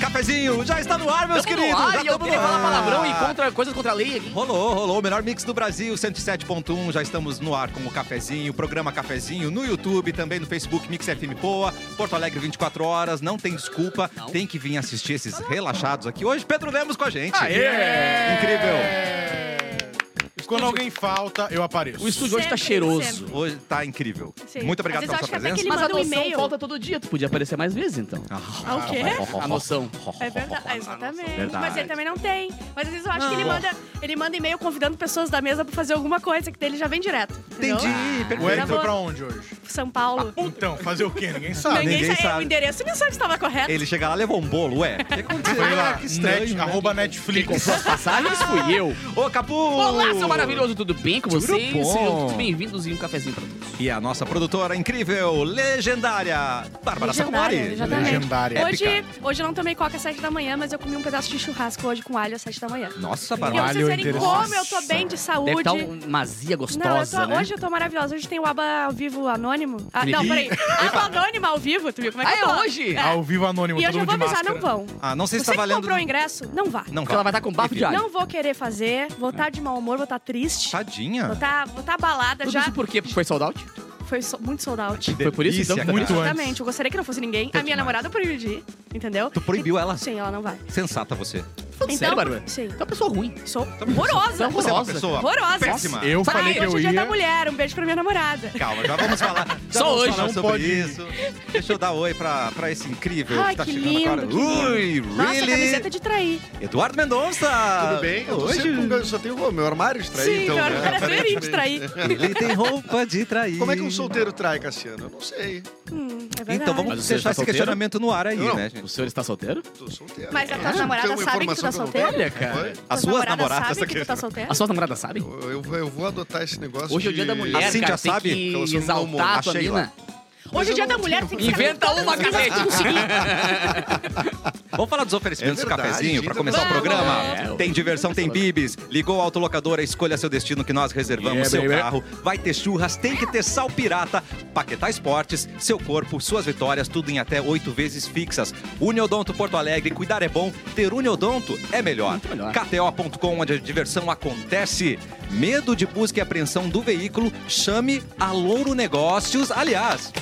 Cafezinho já está no ar, meus Tamo no queridos. ar, Já e eu tamo queria no falar ar. palavrão e contra, coisas contra a lei aqui. Rolou, rolou. O melhor mix do Brasil, 107.1. Já estamos no ar com o Cafezinho, programa Cafezinho no YouTube, também no Facebook Mix FM Poa, Porto Alegre 24 horas. Não tem desculpa, Não. tem que vir assistir esses relaxados aqui. Hoje, Pedro Lemos com a gente. Incrível. É. Quando alguém falta, eu apareço. O estúdio hoje tá Sempre, cheiroso. sempre. Hoje tá incrível. Sim. Muito obrigado Às pela vezes sua eu acho que até presença. Ele Mas a manda um noção e-mail. falta todo dia. Tu podia aparecer mais vezes, então. Ah, o quê? A noção. É verdade, é exatamente. Verdade. Mas ele também não tem. Mas às vezes eu acho que ele manda, ele manda e-mail convidando pessoas da mesa pra fazer alguma coisa, que daí ele já vem direto. entendeu? Entendi, O Eric perfeito. foi pra onde hoje? São Paulo. Então, fazer o quê? Ninguém sabe. Ninguém sabe. O endereço nem sabe se estava correto. Ele chega lá, levou um bolo, ué. O que aconteceu? Foi lá, Ah, que estranho, net- né? arroba Quem Netflix. comprou as passagens fui eu. Ô, Capu! Olá, seu maravilhoso, tudo bem com vocês? bom. Sejam todos bem-vindos e um cafezinho pra todos. E a nossa produtora incrível, legendária, Bárbara Legendária, Sacomori. exatamente. Legendária. é Hoje, hoje eu não tomei coca às 7 da manhã, mas eu comi um pedaço de churrasco hoje com alho às 7 da manhã. Nossa, E eu Bárbara. alho vocês verem interessante. como eu tô bem de saúde. Deve estar uma mazia Não, eu gostosa, tô, né? hoje eu tô maravilhosa. Hoje tem o Aba ao vivo anônimo. Ah, não, Ih, peraí. Aba anônima ao vivo, tu viu como é que Ah, é eu tô? hoje? É. Ao vivo anônimo, E eu todo já mundo vou de avisar, não máscara. vão. Ah, não sei Você se tá que valendo. comprou o ingresso, não vá. Não Porque ela vai. vai estar com bafo de alho. Não vou querer fazer, vou estar de mau humor, vou estar triste. Tadinha. Vou estar vou tá abalada Tudo já. isso por quê? Porque foi sold out? Foi so- muito sold out. Foi por isso, Delícia, então, que tá cara. muito antes. Exatamente, eu gostaria que não fosse ninguém. Tá a minha demais. namorada eu proibi, entendeu? Tu proibiu ela? Sim, ela não vai. Sensata você. Falando Então, sério, Bárbara? sim. Tu é uma pessoa ruim. Sou Também. horrorosa. Você Você é uma Horrorosa, pessoa Horrorosa. péssima. Eu Vai, falei Ai, que eu hoje é dia da ia. mulher, um beijo pra minha namorada. Calma, já vamos falar. Já Só vamos hoje, falar não sobre pode. isso. Deixa eu dar oi pra, pra esse incrível Ai, que tá que chegando lindo, agora. que Ui, Nossa, really? camiseta de trair. Eduardo Mendonça! Tudo bem? Eu, tô Hoje sempre com- eu só tenho meu armário de trair, Sim, então. meu né? armário é cheirinho de trair. ele tem roupa de tá trair. Como é que um solteiro trai, Cassiano? Eu não sei. Hum, é verdade. Então vamos Mas você deixar tá esse solteiro? questionamento no ar aí, Não. né, gente? O senhor está solteiro? Tô solteiro. Mas a tua É? namorada Tem uma sabe que tu informação tá eu não solteiro? tenho? Olha, cara. Oi? As Tua suas namorada namoradas sabe que aqui. tu tá solteira? A sua namorada sabe? Eu, eu vou- eu vou adotar esse negócio. Hoje é o de- dia da mulher, A Cíntia cara. Tem sabe? que Relação do amor. exaltar a tua A Sheila. mina. Hoje é dia da mulher, tem que saber Inventa todas uma, as coisas. cacete. Consegui. Vamos falar dos oferecimentos É do verdade, cafezinho pra gente, começar o vamos. programa? É, tem o- diversão, tem bibis. Ligou a autolocadora, escolha seu destino que nós reservamos Yeah, seu baby. carro. Vai ter churras, tem que ter sal pirata, Paquetá Esportes, seu corpo, suas vitórias, tudo em até oito vezes fixas. Uniodonto Porto Alegre, cuidar é bom, ter Uniodonto é melhor. Muito melhor. KTO.com, onde a diversão acontece. Medo de busca e apreensão do veículo, chame a Louro Negócios. Aliás,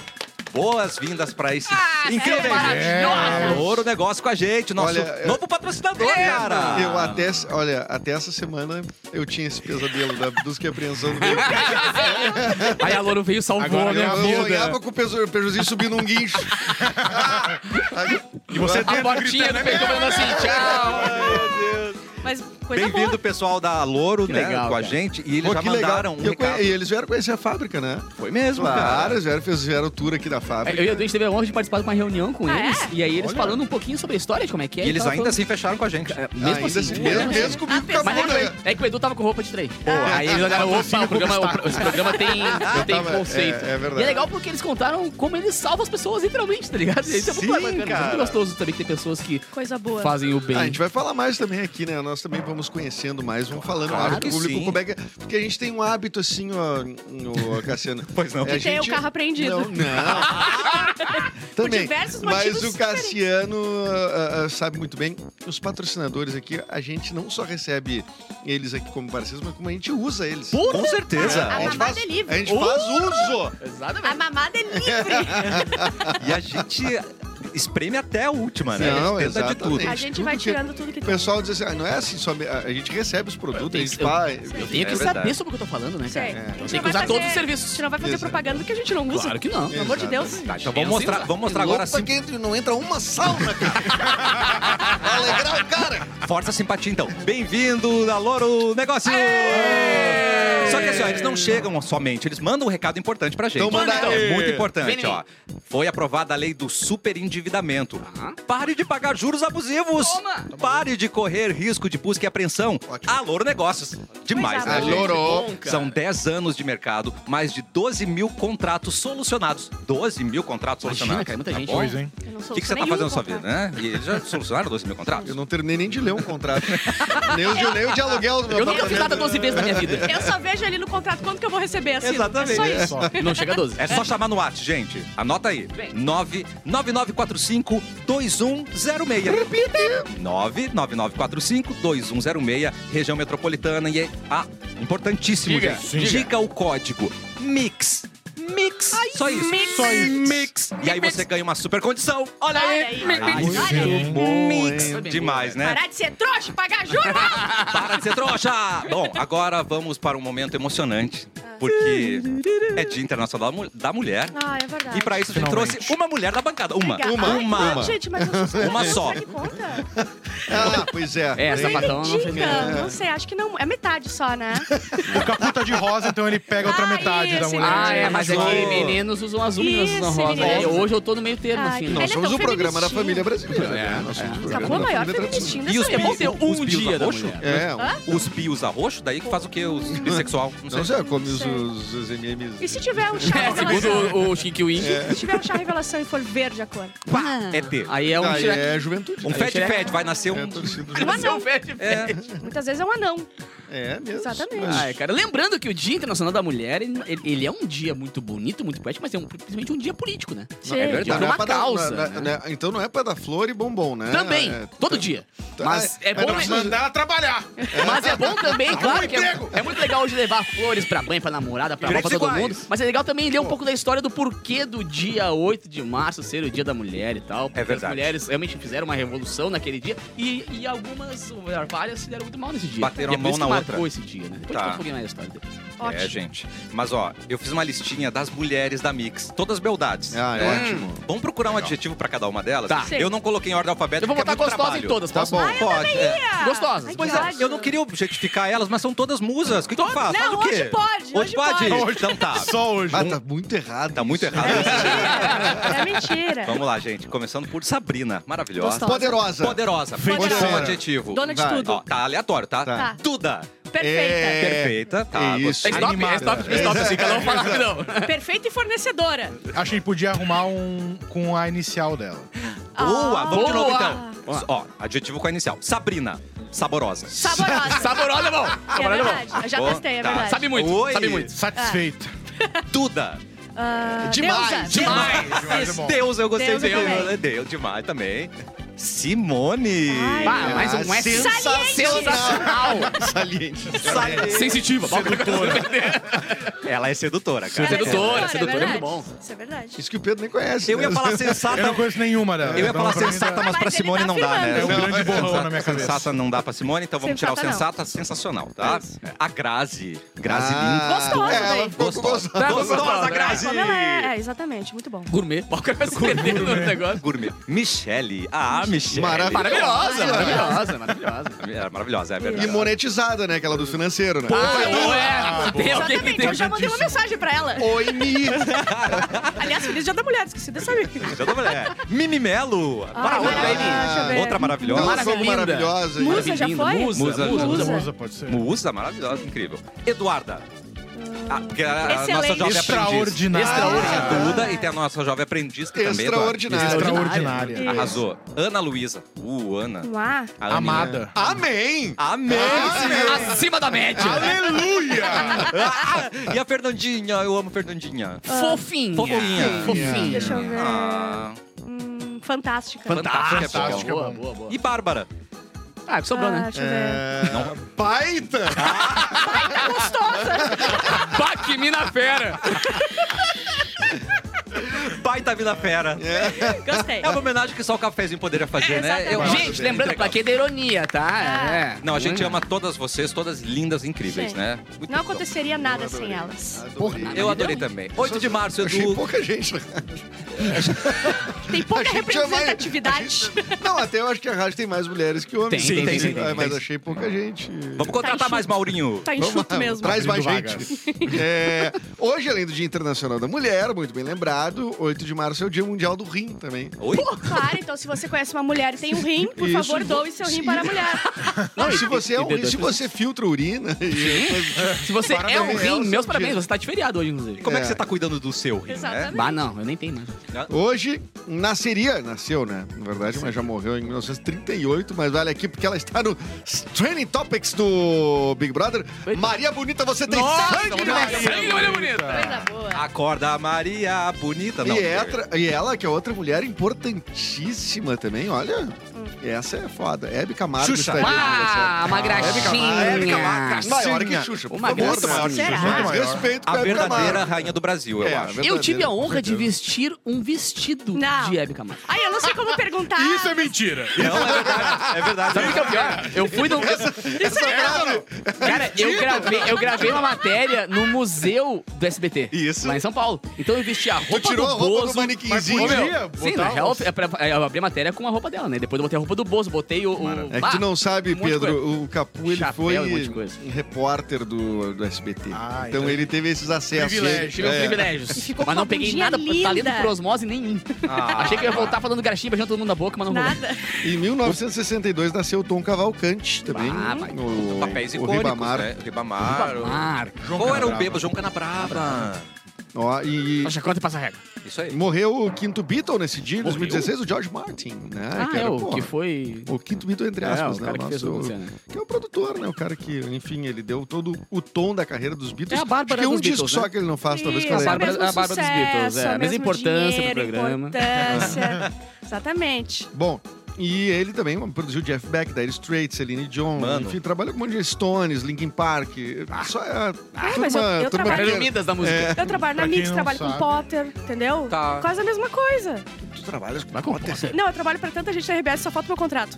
boas-vindas pra esse incrível é evento. maravilhoso. Louro Negócio com a gente, nosso Olha, eu- novo patrocinador, cara. Eu até, olha, até essa semana eu tinha esse pesadelo da busca e apreensão do meu Aí a Louro veio e salvou né? Agora é a minha eu- Eu vida. sonhava com o peso- o prejuízo subindo um guincho. E você A tenta botinha gritar, do né? peito falando assim, tchau. Mas coisa Bem-vindo, boa. pessoal da Louro, Que né? legal, com a cara. gente. E eles Pô, já que legal. mandaram um E eu conhe- recado. E eles vieram conhecer a fábrica, né? Foi mesmo, Claro, cara. eles vieram, fiz- vieram tour aqui da fábrica. É, Eu e a gente teve a honra de participar de uma reunião com Ah, eles. E aí eles Olha. falando um pouquinho sobre a história de como é que é. E eles tava ainda falando- assim fecharam com a gente. É, Mesmo Ainda assim, assim, mesmo mesmo, assim. mesmo comigo, Apesar- Mas é acabou, que, né? o- é que o Edu tava com roupa de trem. Aí eles olharam, opa, o programa, o- esse programa tem, tem tava- conceito. é- é verdade. E é legal porque eles contaram como eles salvam as pessoas, literalmente, tá ligado? Isso é muito Sim, bacana. É cara. muito gostoso também que tem pessoas que Coisa boa. fazem o bem. Ah, a gente vai falar mais também aqui, né? Nós também vamos conhecendo mais, vamos falando Claro mais do que público sim. como é que. Porque a gente tem um hábito assim, ó, ó, Cassiano. Pois não. É, a De ter o carro apreendido. Não, não. também. diversos Mas motivos o Cassiano ah, ah, sabe muito bem. Os patrocinadores aqui, a gente não só recebe eles aqui como parceiros, mas como a gente usa eles. Com certeza. A a gente mamada faz, é a livre. gente faz uso. A Exatamente. mamada é livre. E a gente espreme até a última, né? Não, a gente tenta de exatamente. tudo. A gente vai tirando tudo que tem. O pessoal diz assim, ah, não é assim, só me- a a gente recebe os produtos, a gente Eu- faz. Eu tenho que É verdade. saber sobre o que eu tô falando, né, cara? Sei. A gente Eu não tenho que vai usar fazer- todos os A serviços. gente não vai fazer Exato. propagando que a gente não usa. Claro que não. Pelo amor de Deus. Tá, então vamos mostrar, vamos mostrar agora. Sim, entre, não entra uma sauna, cara. Alegrar o cara. força a simpatia, então. Bem-vindo da Louro Negócio! Só que assim, ó, eles não chegam somente, eles mandam um recado importante pra gente. Então manda É aí. muito importante, Vem ó. Foi aprovada a lei do superendividamento. Aham. Pare de pagar juros abusivos. Toma. Pare de correr risco de busca e apreensão. Ótimo. A Louro Negócios. Demais, Coisa né, boa. gente? Adorou. Bom, cara. São 10 anos de mercado, mais de 12 mil contratos solucionados. 12 mil contratos Imagina, solucionados. cara, muita tá gente. bom? Pois, hein? Eu não O sou que, que você tá nenhum fazendo na sua vida, contra. né? E eles já solucionaram 12 mil Eu contratos? não terminei nem de ler um contrato. nem, o de, nem o de aluguel do meu Eu nunca fiz apartamento. nada 12 vezes na minha vida. Eu só vejo deixa ali no contrato quanto que eu vou receber, assim. né? Exatamente. É só isso. Só. Não chega a 12. É só chamar no WhatsApp, gente. Anota aí. Vem. 99945-2106. Repita. 99945-2106, região metropolitana. E é ah, importantíssimo, Diga, gente. diga. Diga o código MIX. Mix. só isso. mix. Só isso. Mix. E aí você ganha uma super condição. Olha Olha aí. aí. Ai, Muito isso é bom, mix hein? demais, né? Parar de ser trouxa, e pagar juros! Para de ser trouxa! Bom, agora vamos para um momento emocionante, porque é Dia Internacional da Mu- da Mulher. ah, é verdade. E para isso a gente Finalmente. trouxe uma mulher na bancada. Uma. Obrigada. Uma. Ai, Uma. não, Gente, mas eu sou Uma só. Não, conta. Ah, pois é. É, Bem, um sapatão não fez Diga, nada. não sei, acho que não. É metade só, né? O caputa de rosa, então ele pega outra Ah, metade da isso, mulher. Ah, é, mas é Mas que o- meninos usam azul, meninas usam Isso, rosa. meninas. É, Hoje eu tô no meio termo, Ai, assim. que né? Nós Ele é somos tão o programa da feministinha. família brasileira, É, né? Nós somos o programa Acabou a da maior família brasileira. feministinha E os dessa pios, época. deu um Os pios dia da roxo? mulher. É, um- Os pios a roxo, daí que faz o quê? Hum. Os bissexual? Não sei. não sei, come os, Não os, os MMs. E se tiver um chá É, revelação? segundo o, o Chique Wing, Se tiver um chá revelação e for verde a cor. Pá, é T. aí é um Ah, tira... é juventude. Um né? fat Xereca. fat, vai nascer É, um... torcido. Um anão. É, Muitas vezes é um anão. É mesmo. Exatamente. Mas- Ai, cara, lembrando que o Dia Internacional da Mulher, ele, ele- ele é um dia muito bonito, muito poético, mas é um, principalmente um dia político, né? Sim. é verdade. Dia pra Não é uma pra dar- causa. na- na- né? né? Então não é pra dar flor e bombom, né? Também, É, todo dia. tá- Mas é mas bom, não mas, precisa- Mandar ela trabalhar. é bom Tá também, claro que é, emprego. é muito legal hoje levar flores pra mãe, pra namorada, pra avó, pra Direitos todo iguais. mundo. Mas é legal também ler um pouco da história do porquê do dia 8 de março ser o dia da mulher e tal. Porque É verdade. As mulheres realmente fizeram uma revolução naquele dia e, e algumas, ou melhor, várias, se deram muito mal nesse dia. Bateram E é a por mão isso na que marcou outra. esse dia, né? Depois Tá. tá. um pouquinho mais a história depois. É, Ótimo. gente. Mas ó, eu fiz uma listinha das mulheres da Mix, todas beldades. Hum. Ah, é ótimo. Vamos procurar um adjetivo pra cada uma delas? Tá. Eu não coloquei em ordem alfabética. Eu vou porque botar é muito gostosa trabalho. em todas, Tá posso? bom. Pode. é. Ah, Gostosas. ai, Pois que ódio. é, eu não queria objetificar elas, mas são todas musas. O que, que eu faço? Faz Não, o quê? hoje pode, Hoje, hoje pode. pode. Então tá. Só hoje. Ah, tá muito errado. Tá muito isso. errado. É mentira. Vamos lá, gente. Começando por Sabrina, maravilhosa. Gostosa. Poderosa. Poderosa, pode ser um Feiticeira. adjetivo. Dona de Vai. tudo. Ó, tá aleatório, tá? Tá. Tá. Duda, É. Perfeita. perfeita, tá? É isso. É stop, Animada. é stop, é stop, assim, que ela não fala que não. Perfeita e fornecedora. Acho que podia arrumar um com a inicial dela. Boa, vamos de novo Boa. então. Ó, adjetivo com a inicial. Sabrina, saborosa. Saborosa. Saborosa, bom. É Saborosa, bom. verdade. Eu já Boa. testei, é Tá. verdade. Sabe muito, Oi. sabe muito. Satisfeito. Duda, Ah, Demais, Deusa, demais. Deusa. Demais, é bom. Deus, eu gostei Deus de Deus. também. né? Deus demais também. Simone. Ai. Ah, mais um Ah, S. sensacional. Sensacional. Saliente. Sai- Sensitiva. Ela é sedutora, Ela cara. é Sedutora, sedutora é muito verdade. bom. Isso é verdade. Isso que o Pedro nem conhece. Eu ia né? assim, falar sensata. Eu não conheço nenhuma dela. Eu ia Então, falar assim, pra mim, sensata, tá- mas Mas pra ele Simone tá não dá, né? afirmando. É um grande borrão Sensata- na minha cabeça. Sensata não dá pra Simone, então vamos tirar o Sensata sensata, sensacional, tá? A Grazi. Grazi linda. Ah, Gostosa, é, ela daí. ficou Gostosa. gostosa. Gostosa, Gostosa, Grazi! né? Como ela é, é, exatamente, muito bom. Gourmet. Pô, o cara vai se perder no negócio. Gourmet. Michele. Ah, Michele. Maravilhosa. É, Maravilhosa, Ah. maravilhosa, maravilhosa. É maravilhosa, é E verdade. monetizada, né? Aquela do financeiro, né? Ah, não Ah, é. Tem alguém que Exatamente, tem. eu já mandei uma mensagem pra ela. Oi, Mi. Aliás, feliz dia da mulher, esqueci dessa amiga. Já tô falando. é. Mimi Melo. Para- maravilha, outra- deixa eu ver. Outra maravilhosa. Maravilhosa. Elas são Maravilhosa. maravilhosas. né? Musa. já Maravilhosa, foi? Musa, Musa, musa, Musa, musa. musa, pode ser. Musa maravilhosa, incrível. Eduarda. A, a Excelente. nossa jovem aprendiz. Extraordinária. Extraordinária. Duda e tem a nossa jovem aprendiz que também. Eduarda. é Extraordinária. Extraordinária. Extraordinária. Arrasou. Ana Luísa. Uh, Ana. Lá, A Aninha. Amada. Amém. Amém! Ah, Acima da Ah, média. Aleluia! e a Fernandinha, eu amo Fernandinha. Fofinha. Fofinha. Fofinha. deixa eu ver. Ah, Hum, fantástica. Fantástica, Fantástica, Boa, bom. boa, boa. e Bárbara? Ah, sobrou, Ah, né? Deixa eu ver. É... Baita. Gostosa! Bah, que mina fera. Baita Vila Fera. Gostei. É uma homenagem que só o cafezinho poderia fazer, É, né? exatamente. Gente, lembrando, a plaqueta é ironia, tá? Ah. É. Não, a gente Hum. ama todas vocês, todas lindas, incríveis, Sim. né? Muito Não bom. aconteceria nada sem elas. Adorei. Eu adorei também. 8 de março, Eu achei Edu. pouca gente. né? Tem A pouca gente já vai- a representatividade. gente- Não, até eu acho que a rádio tem mais mulheres que homens. Tem, tem, tem, Ah, tem, Mas tem. achei pouca gente. Vamos contratar enxuto. mais, Maurinho. Tá Vamos enxuto lá, mesmo. Traz mais Rodrigo gente. É, hoje, além do Dia Internacional da Mulher, muito bem lembrado, 8 18 de março é o Dia Mundial do Rim também. Oi? Claro, então se você conhece uma mulher e tem um rim, por Isso. favor, doe seu rim para a mulher. Não, e- se você, é e um, bebedor- se você filtra urina... e- Se você é um Parabéns, é o rim, seu meus dia. parabéns, você tá de feriado hoje, inclusive. Como é que É. você tá cuidando do seu rim, né? Exatamente. Bah, não, eu nem tenho mais. Hoje nasceria, nasceu, né? Na verdade, mas já morreu em 1938, mas olha aqui porque ela está no Training Topics do Big Brother. Eita. Maria Bonita, você tem Nossa, sangue Maria Maria! Bonita. Olha, bonita. Coisa boa. Acorda, Maria, bonita. Não, E, é tra- e ela, que é outra mulher importantíssima também, olha. Hum. Essa é foda. Hebe Camargo Xuxa. estaria Ah, uma Hebe Camargo, graxinha. maior que Xuxa. Uma por favor, gracinha. maior que Xuxa. Será? Mas Respeito com a Hebe verdadeira Camargo. rainha do Brasil, eu É, a acho. verdadeira, Eu tive a honra de certeza. vestir um vestido Não. de Hebe Camargo. Ai, eu não sei como perguntar. Isso é mentira. Não, é verdade. É Tá verdade. Sabe o que é o pior? Eu fui no... é Essa cara, Cara, eu gravei, eu gravei uma matéria no museu do SBT. Isso. Lá em São Paulo. Então eu vesti a roupa tirou do a roupa do Bozo. manequinzinho. Ô, meu, Podia Sim, botar na real, os- é pra- é, eu abri a matéria com a roupa dela, né? Depois eu botei a roupa do Bozo, botei o... o- É que Bah, tu não sabe, um monte de coisa. Pedro, o Capu ele Chapéu, foi um monte de coisa. um repórter do, do SBT. Ah, então então- ele teve esses acessos. Privilégio. Tive É. E privilégios. ficou Mas com não uma peguei bundinha nada, tá lendo linda. por osmose nenhum. Ah. Achei que eu ia voltar falando graxinha, beijando todo mundo na boca, mas não rolou. Nada. Em 1962 nasceu o Tom Cavalcante também. Ah, mas o, Papéis o icônicos, Ribamar. né? Ribamar. Marca. Qual era o Canabrava. bêbado? João Canabrava. Ó, e Passa conta e passa regra. Isso aí. morreu o quinto Beatle nesse dia, em Morreu? 2016, o George Martin. Né? Ah, que é, era, o pô, que foi... o quinto Beatle, entre É, aspas, o né? cara que fez nosso- tudo, né? que é o produtor, né? O cara que, enfim, ele deu todo o tom da carreira dos Beatles. É a Bárbara Acho que dos um disco Beatles, só né? que ele não faz, talvez, que a eu Isso, é lembre. Bárbara- a mesmo Bárbara dos sucesso, Beatles, é, a mesmo mesma importância pro dinheiro, programa. Importância. Exatamente. Bom, e ele também produziu Jeff Beck, Dire Straits, Celine Dion, Mano. enfim, trabalhou com um monte de Stones, Linkin Park, só é a turma, mas eu- eu turma trabalho- pequena. Resumidas da música. É. Eu trabalho na Pra quem Mix, não trabalho com sabe. Potter, entendeu? Tá. Quase a mesma coisa. Tu trabalhas com Vai com você. Não, eu trabalho pra tanta gente na RBS, só falta meu contrato.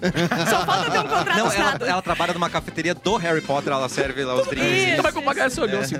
só falta ter um contrato Não, assinado. ela, ela trabalha numa cafeteria do Harry Potter, ela serve lá os drinks. Isso, Vai com o pagar, você olhou É. assim.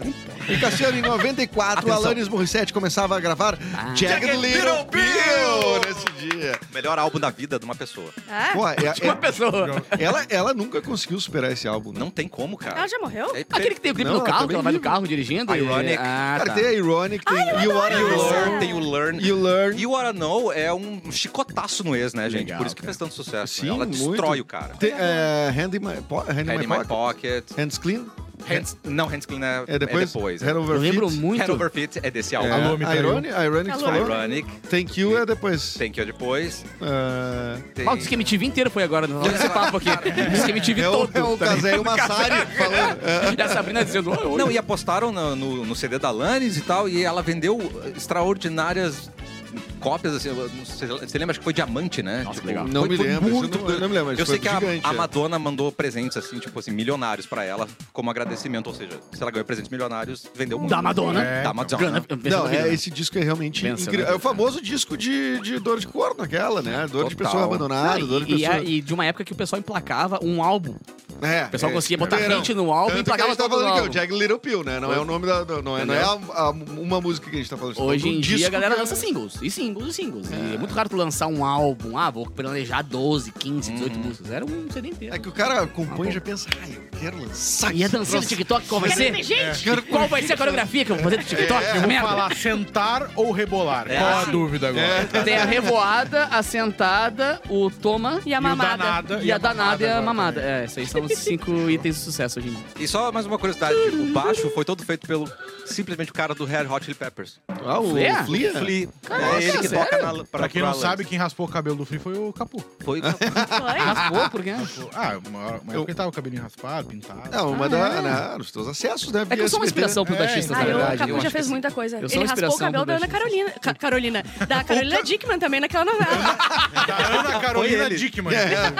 E Cassiano, em 94, Atenção. Alanis Morissette começava a gravar Ah. Jagged Little Pill nesse dia. Melhor álbum da vida de uma pessoa. É? Pô, é- Uma é- pessoa. ela, ela nunca conseguiu superar esse álbum, né? Não tem como, cara. Ela já morreu? É Aquele que tem o clipe Não, no carro, também que ela vai no vivo. carro dirigindo. e- Ironic. Ah, Cara, tá. tem a Ironic, tem You Wanna You Learn, Learn, tem o Learn. You Learn. You Wanna Know é um chicotaço no ex, né, gente? Legal, Por isso que cara. fez tanto sucesso. Sim, né? Ela muito. destrói o cara. Tem, é, Hand in My, po hand in Hand in my My Pocket. Pocket. Hands Clean. Hands- não, Hands Clean é, É depois. é depois. Head É. Over Eu lembro Feet. Hand muito. Over Feet é desse álbum. É, Alô, me traiu. Ironic, Ironic Alô. falou. Ironic. Thank you é depois. Thank You é depois. Ah, Tem... Mal, diz que a MTV inteiro foi agora, não esse papo aqui. Diz que a MTV é o, todo. é o Casé e o Massari falando. É. E a Sabrina dizendo, "Oi, oi". Não, e apostaram no, no- no CD da Lannis e tal, e ela vendeu extraordinárias cópias, assim, eu não sei, você lembra, acho que foi diamante, né? Nossa, que legal. Não foi- me foi lembro, isso muito eu não- grande. não me lembro, mas Eu foi sei que a, gigante, a é. Madonna mandou presentes, assim, tipo assim, milionários pra ela, como agradecimento, ou seja, se ela ganhou presentes milionários, vendeu muito. Da Madonna. É, da então. Madonna. Grana, vencendo Não, a vida. é, esse disco é realmente Pensa, incrível. né? É o famoso disco de, de dor de corno, aquela, né? Dor de Total. pessoa abandonada, Não, dor de e, e pessoa. a- e de uma época que o pessoal emplacava um álbum. É, O pessoal é, conseguia botar verão. gente no álbum e Tanto que a emplacava gente tá todo o falando aqui, o álbum. Jack Little Pill, né? Não é o nome da. da- Não é, não é a- a- uma música que a gente tá falando. a gente tá Hoje falando em de um dia disco a galera que- lança assim. singles, e singles, e singles. E é muito raro tu lançar um álbum, ah, vou planejar 12, 15, 18 músicas. Era um CD inteiro. É que o cara Ah, acompanha e já pensa, ai, eu quero lançar. E é a dancinha do TikTok, qual vai Quero ver ser? É. gente! Qual vai ser a coreografia que eu vou fazer do TikTok? É, eu Eu vou merda. falar sentar ou rebolar. É, Qual a assim. dúvida agora? É. Tem a revoada, a sentada, o toma E a o mamada. danada e a danada e a agora mamada. também. É, esses aí são os cinco itens de sucesso hoje em dia. E só mais uma curiosidade, o baixo foi todo feito pelo, simplesmente o cara do Red Hot Chili Peppers. Ah, o Flea? Flea? Flea. Caraca, é ele que sério? toca na... Pra quem não Lannis. sabe, quem raspou o cabelo do Free foi o Capu. Foi... Foi? Raspou, por quê? Ah, uma hora, uma Eu- época ele tava com o cabelinho raspado, pintado. Não, uma da. né, Nos teus acessos, né? É que eu sou uma SBT, né? inspiração pros É, baixistas, Ah, na eu, o verdade. eu Capu já acho fez que muita coisa. Eu sou Ele uma raspou o inspiração cabelo da pro Ana Carolina. Ca- Carolina. Da Carolina Dickman também naquela novela. Da Ana Carolina ele. Dickman. É.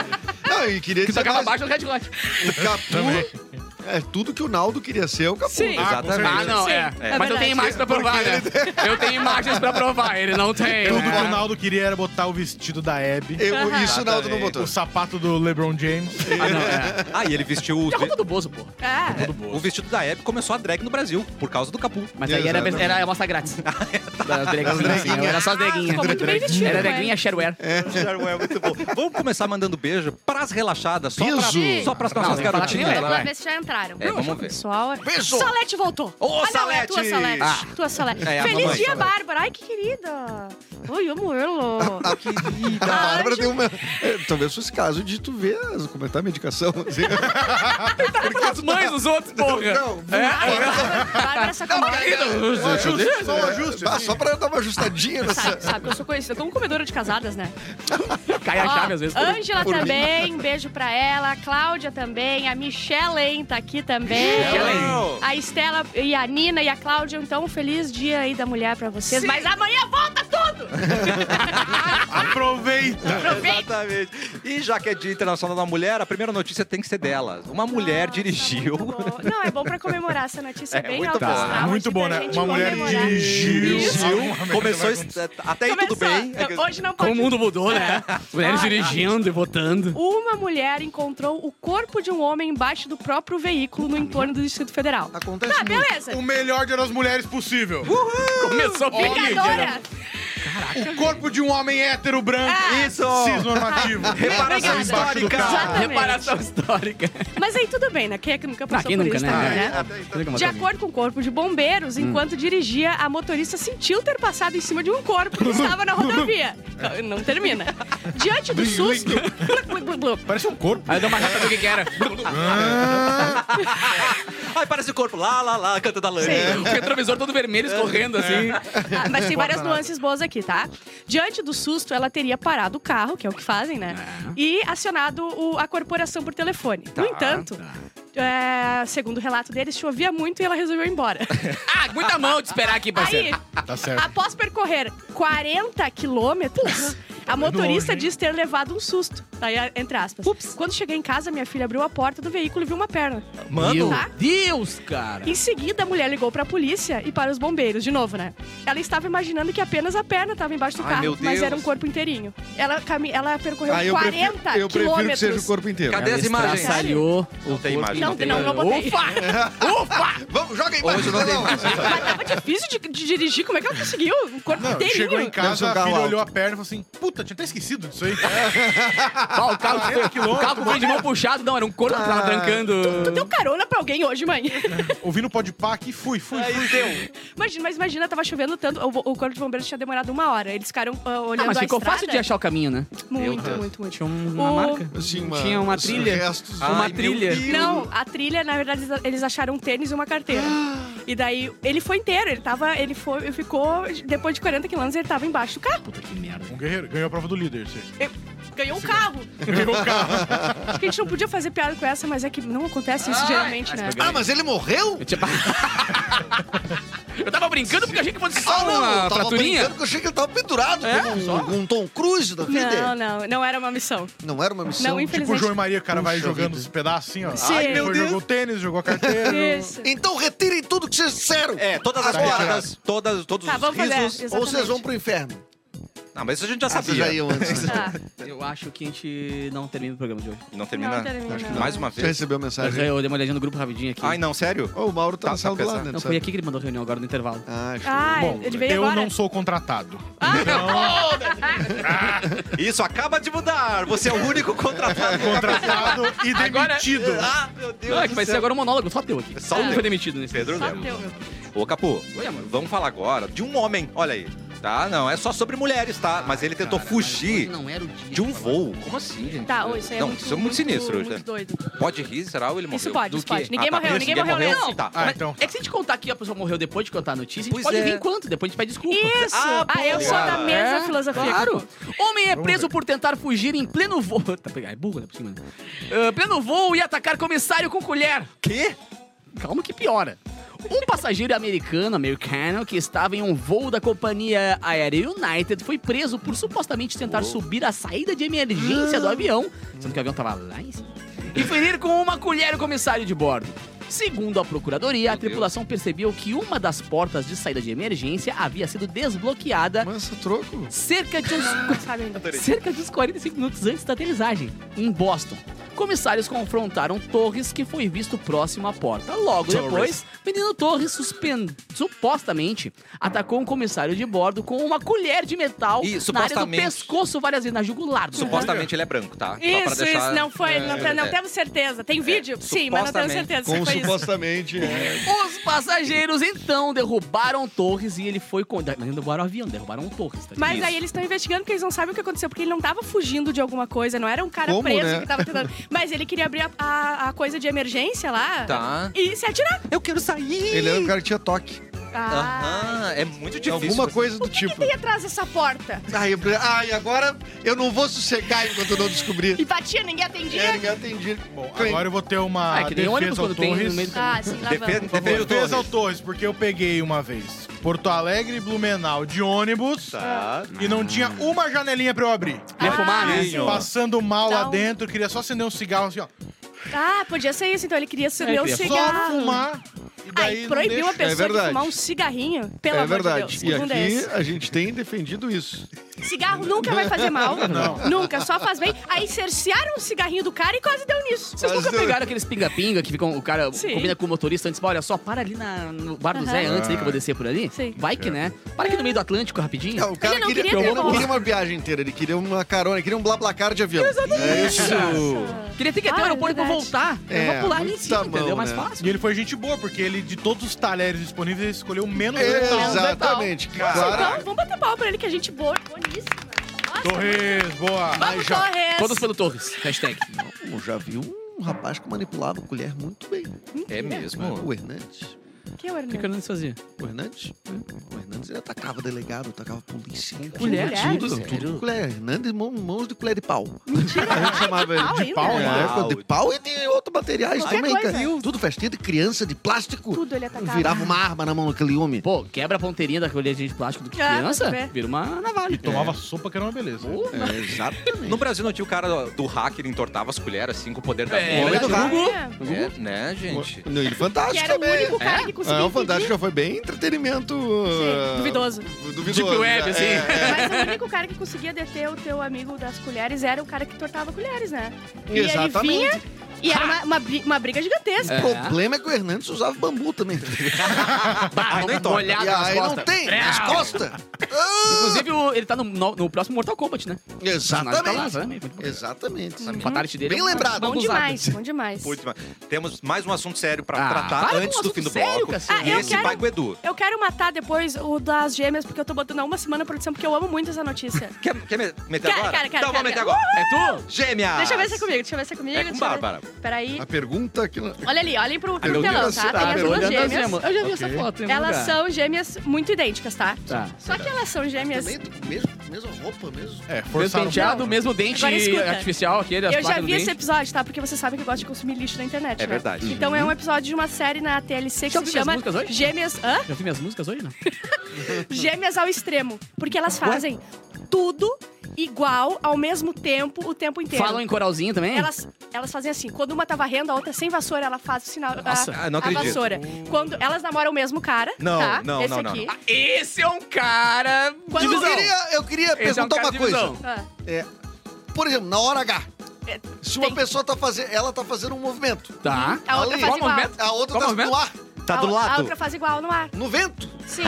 Não, e queria Que tá dizer tocava mais, abaixo do Red Hot. o Capu... É, tudo que o Naldo queria ser, o Capu. Sim. Ah, com Exatamente. Ah, não, Sim, é. é Mas eu verdade. tenho imagens pra provar, né? Eu tenho imagens pra provar, ele não tem. Tudo né? que o Naldo queria era botar o vestido da Abby, Eu- isso o Naldo não Exatamente. botou. o sapato do LeBron James. Ah, não, é. Ah, e ele vestiu os É a roupa do Bozo, pô. É. O vestido da Hebe começou a drag no Brasil, por causa do Capu. Mas aí era, Exatamente. era amostra grátis. Das dreguinhas, assim, era só as dreguinhas. ficou muito bem vestido, Era né? dreguinha shareware. Muito bom. Tipo, Vamos começar mandando beijo pras relaxadas, só, pra, Beijo. só pras Não, nossas tem que falar garotinhas. que nem lá. ela. Vamos ver se já entraram. É, vamos ver. Pessoal, Beijo. Salete voltou. Ô, ah, não, é a Salete. tua Salete. Tua Salete. É, a Feliz mamãe dia, Salete. Bárbara. Ai, que querida. Oi, o Murilo. A Bárbara tem uma. é, Talvez fosse caso de tu ver, as- comentar a medicação. assim. As mães dos outros, porra! Não, é, Bárbara Sacomori. Só um ajuste, só um ajuste, Ah, assim. só pra dar uma ajustadinha nessa. Sabe, sabe que eu sou conhecida como comedora de casadas, né? cai É a chave às vezes. Ângela por mim. também, um beijo pra ela. A Cláudia também. A Michellen tá aqui também. Michellen. A Estela e a Nina e a Cláudia. Então, feliz dia aí da mulher pra vocês. Mas amanhã volta tudo! Aproveita! Aproveita! Exatamente. E já que é Dia Internacional da Mulher, a primeira notícia tem que ser dela. Uma mulher Nossa, dirigiu. muito bom. Não, é bom pra comemorar essa notícia. É, É, bem muito alto bom. astral, Ah, acho Muito que bom, pra né? gente Uma mulher comemorar. dirigiu. Começou. Isso. Até aí tudo Começou. bem. É Não, Hoje não Todo pode. mundo mudou, né? As Mulheres Ah, dirigindo e votando. Uma mulher encontrou o corpo de um homem embaixo do próprio veículo no entorno do Distrito Federal. Acontece Ah, beleza. O melhor de nós mulheres possível. Começou né? bem. Pegadora. O corpo de um homem hétero branco. Isso! Cisnormativo. Reparação Obrigada. histórica! Exatamente. Reparação histórica. Mas aí tudo bem, né? Quem é que nunca Ah, passou quem por nunca, isso né? também, Hum. É, né? é, nunca De matou acordo com o corpo de bombeiros, enquanto dirigia, a motorista sentiu ter passado em cima de um corpo que estava na rodovia. Então, Não termina. Diante do susto. Blup, blup, blup. Parece um corpo. Aí eu dou uma chata do que que era. Ai, parece o corpo lá, lá, lá, cantando a lã. Sim. O retrovisor todo vermelho escorrendo assim. Ah, mas tem várias nuances boas aqui, tá? Diante do susto, ela teria parado o carro, que é Tá. o que fazem, né? E acionado o- a corporação por telefone. no entanto, é, segundo o relato deles, chovia muito e ela resolveu ir embora. Ah, aguenta a mão de esperar aqui, Aí, parceiro. Tá certo. após percorrer 40 quilômetros, a longe, motorista hein? diz ter levado um susto. Tá aí, entre aspas. Quando cheguei em casa, minha filha abriu a porta do veículo e viu uma perna. Mano, Tá. Meu Deus, cara. Em seguida, a mulher ligou pra polícia e para os bombeiros, de novo, né? Ela estava imaginando que apenas a perna estava embaixo do Ai, meu carro, mas Deus. era um corpo inteirinho. Ela, cami- ela percorreu Ah, eu 40 prefiro, eu quilômetros. prefiro que seja o corpo inteiro. Cadê as imagens? Estraçalhou Não o tem corpo imagem, Não, tem não, não botei. Vamos, joga aí Hoje não tem mais. Mas tava difícil de, de dirigir, como é que ela conseguiu? Um corpo Não, inteirinho. chegou em Deve ser um casa, a carro filha alto. olhou a perna e falou assim: Puta, tinha até esquecido disso aí. Ah, o carro, que foi, o carro foi de mão puxado. Não, era um corpo que tava trancando. Tu deu carona pra alguém hoje, mãe? Ouvindo o podpah aqui, fui, fui, fui. aí deu. imagina, mas imagina, tava chovendo tanto, o, o corpo de bombeiros tinha demorado uma hora. Eles ficaram ah, olhando Ah, mas a ficou estrada. fácil de achar o caminho, né? Muito, muito, muito. Tinha uma O- marca. Assim, uma, Tinha uma os trilha. Restos. Uma Ai, meu trilha. Deus. Não, a trilha, na verdade, eles- eles acharam um tênis e uma carteira. E daí, ele foi inteiro, ele tava, ele foi, ele ficou, depois de 40 quilômetros, ele tava embaixo do carro. Puta que merda. Um guerreiro ganhou a prova do líder. um Você. Ganhou o carro. Acho que a gente não podia fazer piada com essa, mas é que não acontece isso geralmente, né? Ah, mas ele morreu? Eu, tinha... eu tava brincando porque achei que fosse Ah, só uma não, eu tava brincando fraturinha. que eu achei que ele tava pendurado como um, um Tom Cruise da vida. Não, não, não era uma missão. Não, era uma missão. Tipo Não, o infelizmente. João e Maria, cara, vai Puxa jogando vida. os pedaços assim, ó. Sim. Ai, Meu depois Deus. jogou tênis, jogou a carteira. Isso. Então retirem tudo que vocês disseram. É, todas as Tá, cordas, todas, todos Tá, os vamos fazer. risos. Ou vocês Exatamente. vão pro inferno. Não, mas isso a gente já Ah, vocês já sabia. iam antes. né? Tá. Eu acho que a gente não termina o programa de hoje. Não termina? Não termina, Acho que não. Mais uma Você vez. recebeu mensagem? Eu dei uma olhadinha no grupo rapidinho aqui. Ai, não, sério? Ô, o Mauro tá, Tá, na sala tá do lado, pesado. né? não, tu foi sabe? aqui que ele mandou reunião agora no intervalo. Ah, show. Ah, Bom, ele veio eu agora. não sou contratado. Isso acaba de mudar. Você é o único contratado. Contratado e demitido. Ah, meu Deus. Não, é do que vai ser céu. agora um monólogo, só teu aqui. Só Só o teu. foi demitido nesse. Pedro Só Lemos. teu, meu. Ô, Capu, Oi, amor. vamos falar agora de um homem, olha aí. Tá? Não, é só sobre mulheres, tá? Mas ele tentou fugir Não era o dia. de um voo. Como assim, gente? Tá, ô, isso aí é Não, muito, isso é muito sinistro hoje, né? muito doido. Pode rir, será? Ou ele morreu? Isso pode, Do isso quê? pode. Ninguém Ah, tá, morreu, isso, ninguém ninguém morreu, morreu, não. sim, tá. Ah, Mas então. É que se a gente contar aqui a pessoa morreu depois de contar a notícia, a gente Pois pode é. vir enquanto, depois a gente pede desculpa. Isso! Ah, pô, eu sou da cara. mesa É? filosofia. Claro! Homem é preso por tentar fugir em pleno voo. Tá, pega- é burro, né? Por cima, né? Ah, pleno voo e atacar comissário com colher. Ah, Quê? Calma que piora. Um passageiro americano, americano, que estava em um voo da companhia aérea United foi preso por supostamente tentar subir a saída de emergência do avião, sendo que o avião estava lá em cima, e ferir com uma colher o comissário de bordo. Segundo a procuradoria, a Meu Deus. tripulação percebeu que uma das portas de saída de emergência havia sido tá. desbloqueada Mansa, troco. cerca de uns Não sabe ainda. Adorei. cerca de uns 45 minutos antes da aterrissagem, em Boston. Comissários confrontaram Torres, que foi visto próximo à porta. Logo depois, menino Torres suspen- supostamente atacou um comissário de bordo com uma colher de metal E, na área do supostamente. pescoço várias vezes, na jugular. do cara. Supostamente ele é branco, tá? Só pra Isso, deixar- isso, não foi. não, é, não é. temos certeza. Tem vídeo? Sim, mas não supostamente. temos certeza se Com foi isso. supostamente. é. Os passageiros então derrubaram Torres e ele foi. Con... Não derrubaram o avião, derrubaram o Torres. Tá ligado? Mas aí eles estão investigando porque eles não sabem o que aconteceu, porque ele não tava fugindo de alguma coisa, não era um cara Como, preso né? que tava tentando. Mas ele queria abrir a, a- a coisa de emergência lá Tá. e se atirar. Eu quero sair! Ele era um cara que tinha toque. Ah. Aham, é muito difícil. Alguma coisa do tipo. E atrás dessa porta? Ai, eu... Ai, agora eu não vou sossegar enquanto eu não descobrir. E batia, ninguém atendia? É, ninguém atendia. Bom, agora eu vou ter uma Ah, é que nem ônibus defesa ao quando tem no Torres. meio do caminho. Ah, sim, lá Defesa- vamos. defesa- Defesa Defesa ao ao Torres, porque eu peguei uma vez Porto Alegre e Blumenau de ônibus Tá. e não tinha uma janelinha pra eu abrir. Ia fumar, né? Sim, ó. Passando mal lá Não. dentro, queria só acender um cigarro assim, ó. Ah, podia ser isso, então ele queria acender É, o queria Só cigarro. fumar. E daí Ai, não proibiu deixa. a pessoa de É verdade. fumar um cigarrinho? Pelo é amor verdade. de Deus. e Mundo é aqui esse? a gente tem defendido isso. Cigarro nunca vai fazer mal. Nunca, só faz bem. Aí cercearam o cigarrinho do cara e quase deu nisso. Vocês nunca pegaram aqueles pinga-pinga que ficam, o cara Sim. combina com o motorista antes, fala, olha só, para ali na- no bar do Aham. Zé antes aí que eu vou descer por ali. Sim. Vai que, né? Para aqui no meio do Atlântico rapidinho. É. Não, o cara não queria, queria ter ele não volta. queria uma viagem inteira, ele queria uma carona, ele queria um blablacar de avião. É isso. Queria ter que ir até Ah, o é aeroporto pra verdade. voltar. É, eu vou pular ali em muita cima, entendeu? É mão, Mais né? fácil. E ele foi gente boa, porque ele, de todos os talheres disponíveis, ele escolheu o menos um letal. É, Exatamente. Claro. Então, vamos bater pau pra ele, que a gente boa, boníssima. Nossa, Torres, boa. Vamos, Torres! Todos pelo Torres. Hashtag. Eu já vi um rapaz que manipulava colher muito bem. É mesmo. O Hernandes. Quem é o O que, Hernandes? que eu não fazia? O Hernandes? O Hernandes ele atacava delegado, atacava polícia. Mulher? Tudo, tudo, com colher. Hernandes, mão- mãos de colher de pau. A gente chamava ele. Pau De ainda? pau, né? Pau. De pau e de outros materiais Qualquer também, coisa. cara. Tudo festinha de criança, de plástico. Tudo ele atacava. Virava uma arma na mão daquele homem. Pô, quebra a ponteirinha da colher de plástico do que Ah, criança, pode crer. vira uma navalha. É. Tomava sopa que era uma beleza. Uh, É, exatamente. No Brasil não tinha o cara do, do hacker entortava as colheres assim com o poder da É, mão. verdade. Ele- É, É, né, gente? No- Ele é Que fantástico era o também. único cara que conseguia É, o impedir. Fantástico já foi bem entretenimento. Sim, ah, duvidoso. Duvidoso. Deep web, né? assim. É, Mas o único cara que conseguia deter o teu amigo das colheres era o cara que tortava colheres, né? E Exatamente. ele vinha e era uma, uma, bri- uma briga gigantesca. O problema é que o Hernandes usava bambu também. Bah, não uma entorta. olhada Ah, e nas aí não costas. tem, nas costas. Inclusive, o- ele tá no, no- no próximo Mortal Kombat, né? Mas tá lá, Exatamente. né? Muito bom. Exatamente. O fatality dele. Bem é um- lembrado. Uhum. Bom bambuzado. demais, bom demais. Putz, mas Temos mais um assunto sério pra Ah, tratar para com um antes do assunto fim do sério, bloco. cacete. E Ah, eu esse quero- vai com o Edu. Eu quero matar depois o das gêmeas, porque eu tô botando há uma semana a produção, porque eu amo muito essa notícia. Quer, quer me- meter Quero, agora? quero, quero, então vamos quero, meter quero. agora. É tu? Gêmeas! Deixa eu ver se é comigo, deixa eu ver se é comigo. Ah, É com deixa eu ver- Bárbara. Peraí. A pergunta que... não- Olha ali, olhem pro, pro meu telão, Deus, tá? será? Tem as Olha, duas olha Olhando as gêmeas. Eu já vi essa foto. em algum Elas lugar. são gêmeas muito idênticas, tá? Tá. Só que elas são gêmeas. Também, do- mesmo, mesma roupa, mesmo. É, Mesmo forçaram. penteado, Não. mesmo dente Agora escuta. artificial aquele, as Eu já placas do vi esse dente. episódio, tá? Porque vocês sabem que eu gosto de consumir lixo na internet, É né? verdade. Então é um episódio de uma série na TLC que Já se ouviu minhas chama músicas hoje? Gêmeas... Hã? Já vi minhas músicas hoje, né? Gêmeas ao extremo. Porque elas fazem tudo igual, ao mesmo tempo, o tempo inteiro. Falam em coralzinho também? é. Elas, elas fazem assim, quando uma tá varrendo, a outra sem vassoura, ela faz o sinal da Nossa, ah, não acredito. vassoura. Quando elas namoram o mesmo cara, Não, tá? não, Esse não, não, Ah, aqui. não. Esse é um cara... Quando- Eu queria, eu queria Esse é um perguntar cara uma de coisa. visão. Ah, Por exemplo, na hora H. É, Se uma tem- pessoa tá fazendo... Ela tá fazendo um movimento. Tá. a outra Ali. faz Qual igual. movimento? A outra Qual tá movimento? no ar, Tá do a, A lado. outra faz igual no ar. no vento. Sim.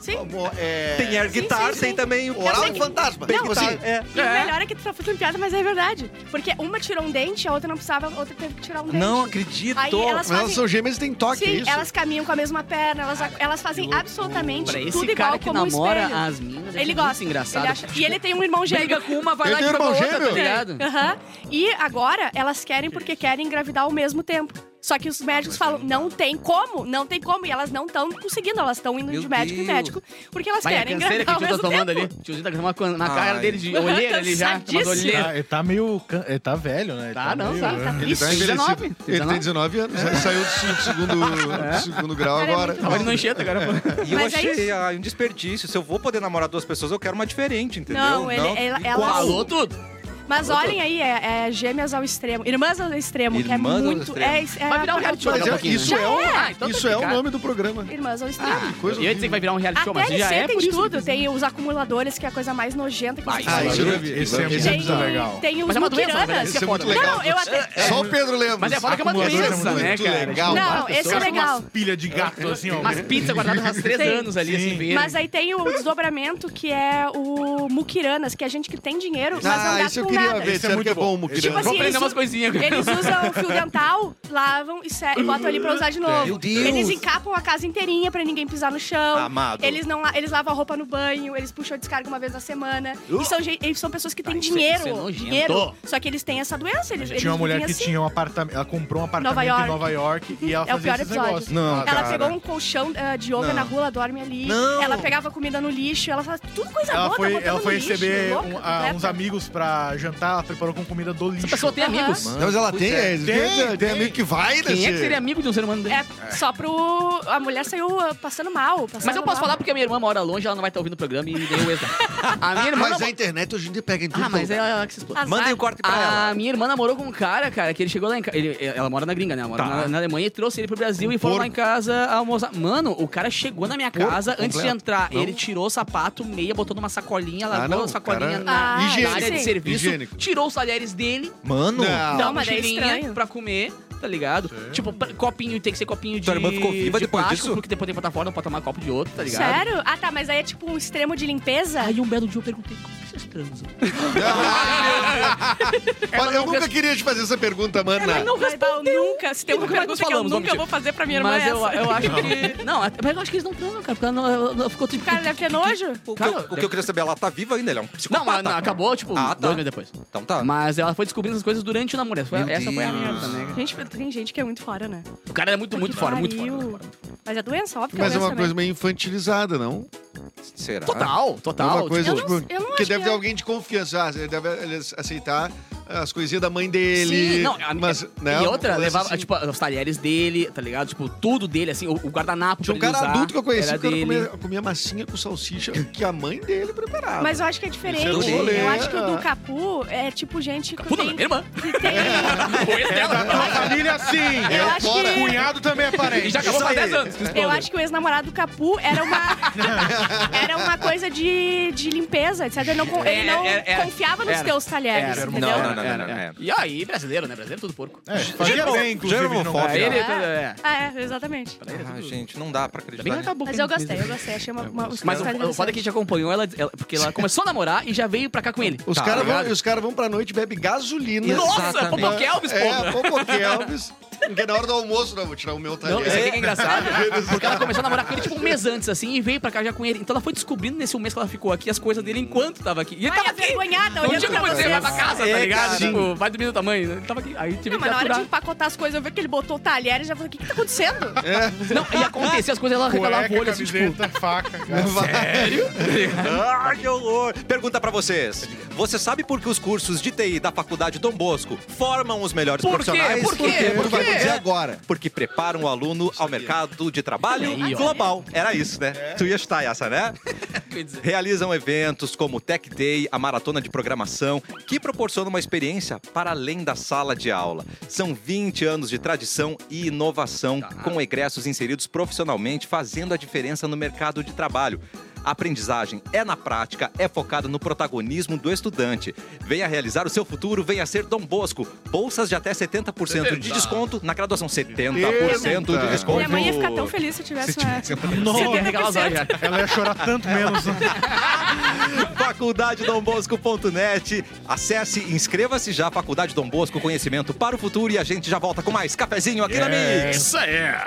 Sim. Tá Amor, é... Tem air Sim, guitar, sim, tem sim. também o Oral sei em que- fantasma. Bem Tipo guitar, assim, é. E o melhor é que tu tá fazendo piada, mas é verdade. Porque uma tirou um dente, a outra não precisava, a outra teve que tirar um dente. Não acredito. Aí elas Mas fazem... elas são gêmeas e têm toque, é Sim, isso? elas caminham com a mesma perna, elas, elas fazem absolutamente Pra esse tudo igual cara que como um namora espelho. as minas, Ele é gosta. muito engraçado. Ele acha- E ele tem um irmão gêmeo. Briga com uma, vai Eu lá e tenho joga a irmão outra, tá gêmeo? ligado? Aham. E agora elas querem porque querem engravidar ao mesmo tempo. Só que os médicos falam, não tem como, não tem como. E elas não estão conseguindo, elas estão indo Meu de médico em Deus. médico porque elas Vai, a querem canseira que engravidar o ao tio tá mesmo tempo. tomando ali. O tiozinho tá tomando com- na cara Ai. dele de olheira ali já. Umas Cansadíssimo. olheiras. Ah, ele tá meio. can- Ele tá velho, né? Ele Tá, não, meio- tá, tá Ele triste. tá envelhecido. 19. Ele tem 19 anos. Ele saiu do se- segundo, do segundo grau Cara, é agora. muito Tava de manchete agora. pô. E eu Mas é achei isso. ah, um desperdício. Se eu vou poder namorar duas pessoas, eu quero uma diferente, entendeu? Não, ele- ela- ela- igual. Falou tudo. Mas olhem aí, é, é Gêmeas ao Extremo. Irmãs ao Extremo, que é Irmãs ao muito. Extremo. É, é, Vai virar um reality show Mas daqui a é- pouquinho. isso é, o, Ah, então tá isso é o explicado. nome do programa. Irmãs ao Extremo. Coisa Eu ia dizer que vai virar um reality show, Até mas eles já é sentem por de isso. tudo. Tem os acumuladores, que é a coisa mais nojenta que vocês Ah, fazem. isso eu já vi. Esse é Isso Tem, muito legal. tem os Mas é uma doença, na verdade, muquiranas. isso é Isso é muito foda. legal. Não, eu até... Só o Pedro Lemos. Mas é foda que é uma Acumulador é doença, muito né, cara? legal. Ah, Não, esse é pessoas, legal. Pilha de gato, assim, ó. Umas pizzas guardadas há três Sim. anos ali, assim, Sim. verde. Mas é, tipo aí tem o desdobramento, que é o muquiranas, que é gente que tem dinheiro, mas não Ah, dá isso eu com nada. queria ver. Isso é Será que muito é bom, bom. Muquirana? Tipo Vou assim, aprender isso- umas coisinhas. Eles usam fio dental, lavam e se- e botam ali pra usar de novo. Meu Deus. Eles encapam a casa inteirinha pra ninguém pisar no chão. Ah, Amado. Eles, não, la- eles lavam a roupa no banho, eles puxam a descarga uma vez na semana. Uh! E são, gen- eles são pessoas que têm isso é- dinheiro. isso é nojento. dinheiro. Só que eles têm essa doença. Eles, eles Tinha uma mulher vivem que assim. tinha um apartamento. Ela comprou um apartamento Nova York. em Nova York e ela É o fazia pior esses episódio. negócios. Não, Ela cara. pegou um colchão ah, de yoga Não. na rua, ela dorme ali. Não. Ela pegava comida no lixo, ela fala tudo coisa Ela boa, tá foi, botando ela foi no lixo, receber louca, um- ah, completa. uns amigos pra jantar, ela preparou com comida do lixo. Essa pessoa tem Aham. amigos. Não, mas ela tem, é, Tem, tem, tem. tem amigo que vai nesse... Quem é que seria amigo de um ser humano desse? É, só pro... A mulher saiu ah, passando mal. passando Mas eu posso mal. falar porque a minha irmã mora longe, ela não vai estar ouvindo o programa e deu o exemplo. Ah, A é minha irmã. Mas é não- a internet hoje em dia pega em tudo. Ah, mas é ela que se explode. Azar. Mandem o corte pra ela. A minha irmã namorou com um cara, cara, que ele chegou lá em casa. Ela mora na gringa, né? Ela mora Tá. na, na Alemanha e trouxe ele pro Brasil e foram porco. lá em casa almoçar. Mano, o cara chegou na minha casa, antes de completo. entrar, Não. ele tirou o sapato, meia, botou numa Ah, sacolinha, largou não, a sacolinha cara. na, Ah, na Higiênico. área de sim. serviço, Higiênico. tirou os talheres dele, Mano, Não. dá uma mas é mochilinha estranho. pra comer. Tá ligado? Tipo, pra- copinho, tem que ser copinho de. Tua irmã ficou viva de depois plástico, disso? Porque depois tem plataforma pra tomar copo de outro, tá ligado? Sério? Ah, tá, mas aí é tipo um extremo de limpeza? Aí um belo dia eu perguntei, como que vocês transam? Olha, eu nunca queria te fazer essa pergunta, mana. não respondeu. nunca. Se tem uma Nunca mais pergunta nós falamos, que eu vamos nunca vou fazer pra minha irmã Mas é eu, essa. eu acho que. Não, até- mas eu acho que eles não transam, cara. Porque ela, não- ela- ela ficou tipo. O cara é deve ter nojo. o, que Cara, eu, o que eu queria saber, ela tá viva ainda, ele é um Não, psicopata. mas não, acabou, tipo, Ah, tá. dois meses depois. Então Ah. tá. Mas ela foi descobrindo essas coisas durante o namoro. Essa foi, Meu essa foi a Deus. merda, né? Gente, tem gente que é muito fora, né? O cara era muito, muito Que fora, muito fora. pariu. muito fora. Mas é doença, óbvio que Mas é doença, uma coisa meio infantilizada, não? Será? Total, É total. uma coisa, eu não- tipo, eu não que acho deve que ter é. alguém de confiança. Ah, ele deve ele aceitar as coisinhas da mãe dele. Sim, não, a, mas, né, e outra, um lance levava, assim. tipo, os talheres dele, tá ligado? Tipo, tudo dele, assim, o, o guardanapo Tinha um pra ele cara usar, adulto que eu conheci, era o cara dele. comia, comia massinha com salsicha que a mãe dele preparava. Mas eu acho que é diferente. Isso é eu doença. acho que o do Capu é tipo gente que Puta, tem... minha irmã. que tem- O ex É dela. da tua família, sim. Eu acho fora. O que... cunhado também é parente. E já acabou Isso faz aí. 10 anos. que Eu explode. acho que o ex-namorado do Capu era uma... era uma coisa de, de limpeza, etc. Ele não, con- ele É, não é, é. confiava nos Era. teus talheres, Era. Não, entendeu? não, não, não, Era, não, era. é. E aí, brasileiro, né? Brasileiro tudo porco. É, fazia bem, inclusive. não germofóbico. Pra ele, É. tudo- é. É, exatamente. Ah, gente, não dá pra Ainda bem que acreditar. acabou. Mas eu gostei, eu gostei. Achei uma, uma, Mas o, o foda é que a gente acompanhou ela, ela- porque ela começou a namorar e já veio pra cá com ele. Os Tá, caras ligado? vão, os cara vão pra noite e bebem gasolina. Nossa, Exatamente. Popo Kelvis, É, pô! Popo Kelvis. Porque na hora do almoço, não, vou tirar o meu Não, talher. isso aqui que é engraçado. Porque ela começou a namorar com ele tipo um mês antes, assim, e veio pra cá já com ele. Então ela foi descobrindo nesse um mês que ela ficou aqui as coisas dele enquanto tava aqui. E ele Ai, tava a aqui. vergonhada Não olhando tinha pra como dizer, vocês. vai pra casa, tá É, ligado? cara. Tipo, vai dormir do tamanho. né? Ele tava aqui. Aí tive Não, que mas na hora de aturar. empacotar as coisas, eu vi que ele botou o talher e já falei, o que que tá acontecendo? É. Não, e acontecia as coisas, ela regalava o Cueca, olho assim, tipo... é, camiseta, faca. cara. Ah, que horror! Pergunta pra vocês. Você sabe por que os cursos de TI da Faculdade Dom Bosco formam os melhores Por quê? profissionais? Por quê? Tu Por vai quê? dizer agora. Porque preparam o aluno ao mercado de trabalho Aí, ó. global. Era isso, né? Tu ia estar essa, né? Eu ia dizer. Realizam eventos como o Tech Day, a Maratona de Programação, que proporciona uma experiência para além da sala de aula. São 20 anos de tradição e inovação, com egressos inseridos profissionalmente, fazendo a diferença no mercado de trabalho. A aprendizagem é na prática, é focada no protagonismo do estudante. Venha realizar o seu futuro, venha ser Dom Bosco. Bolsas de até 70% de desconto na graduação. 70% de desconto. Minha mãe ia ficar tão feliz se eu tivesse uma... Não, Nossa, regalava os olhos já. ela ia chorar tanto menos. faculdadedombosco.net. Acesse, inscreva-se já, Faculdade Dom Bosco, conhecimento para o futuro e a gente já volta com mais cafezinho aqui na Mix. Isso é.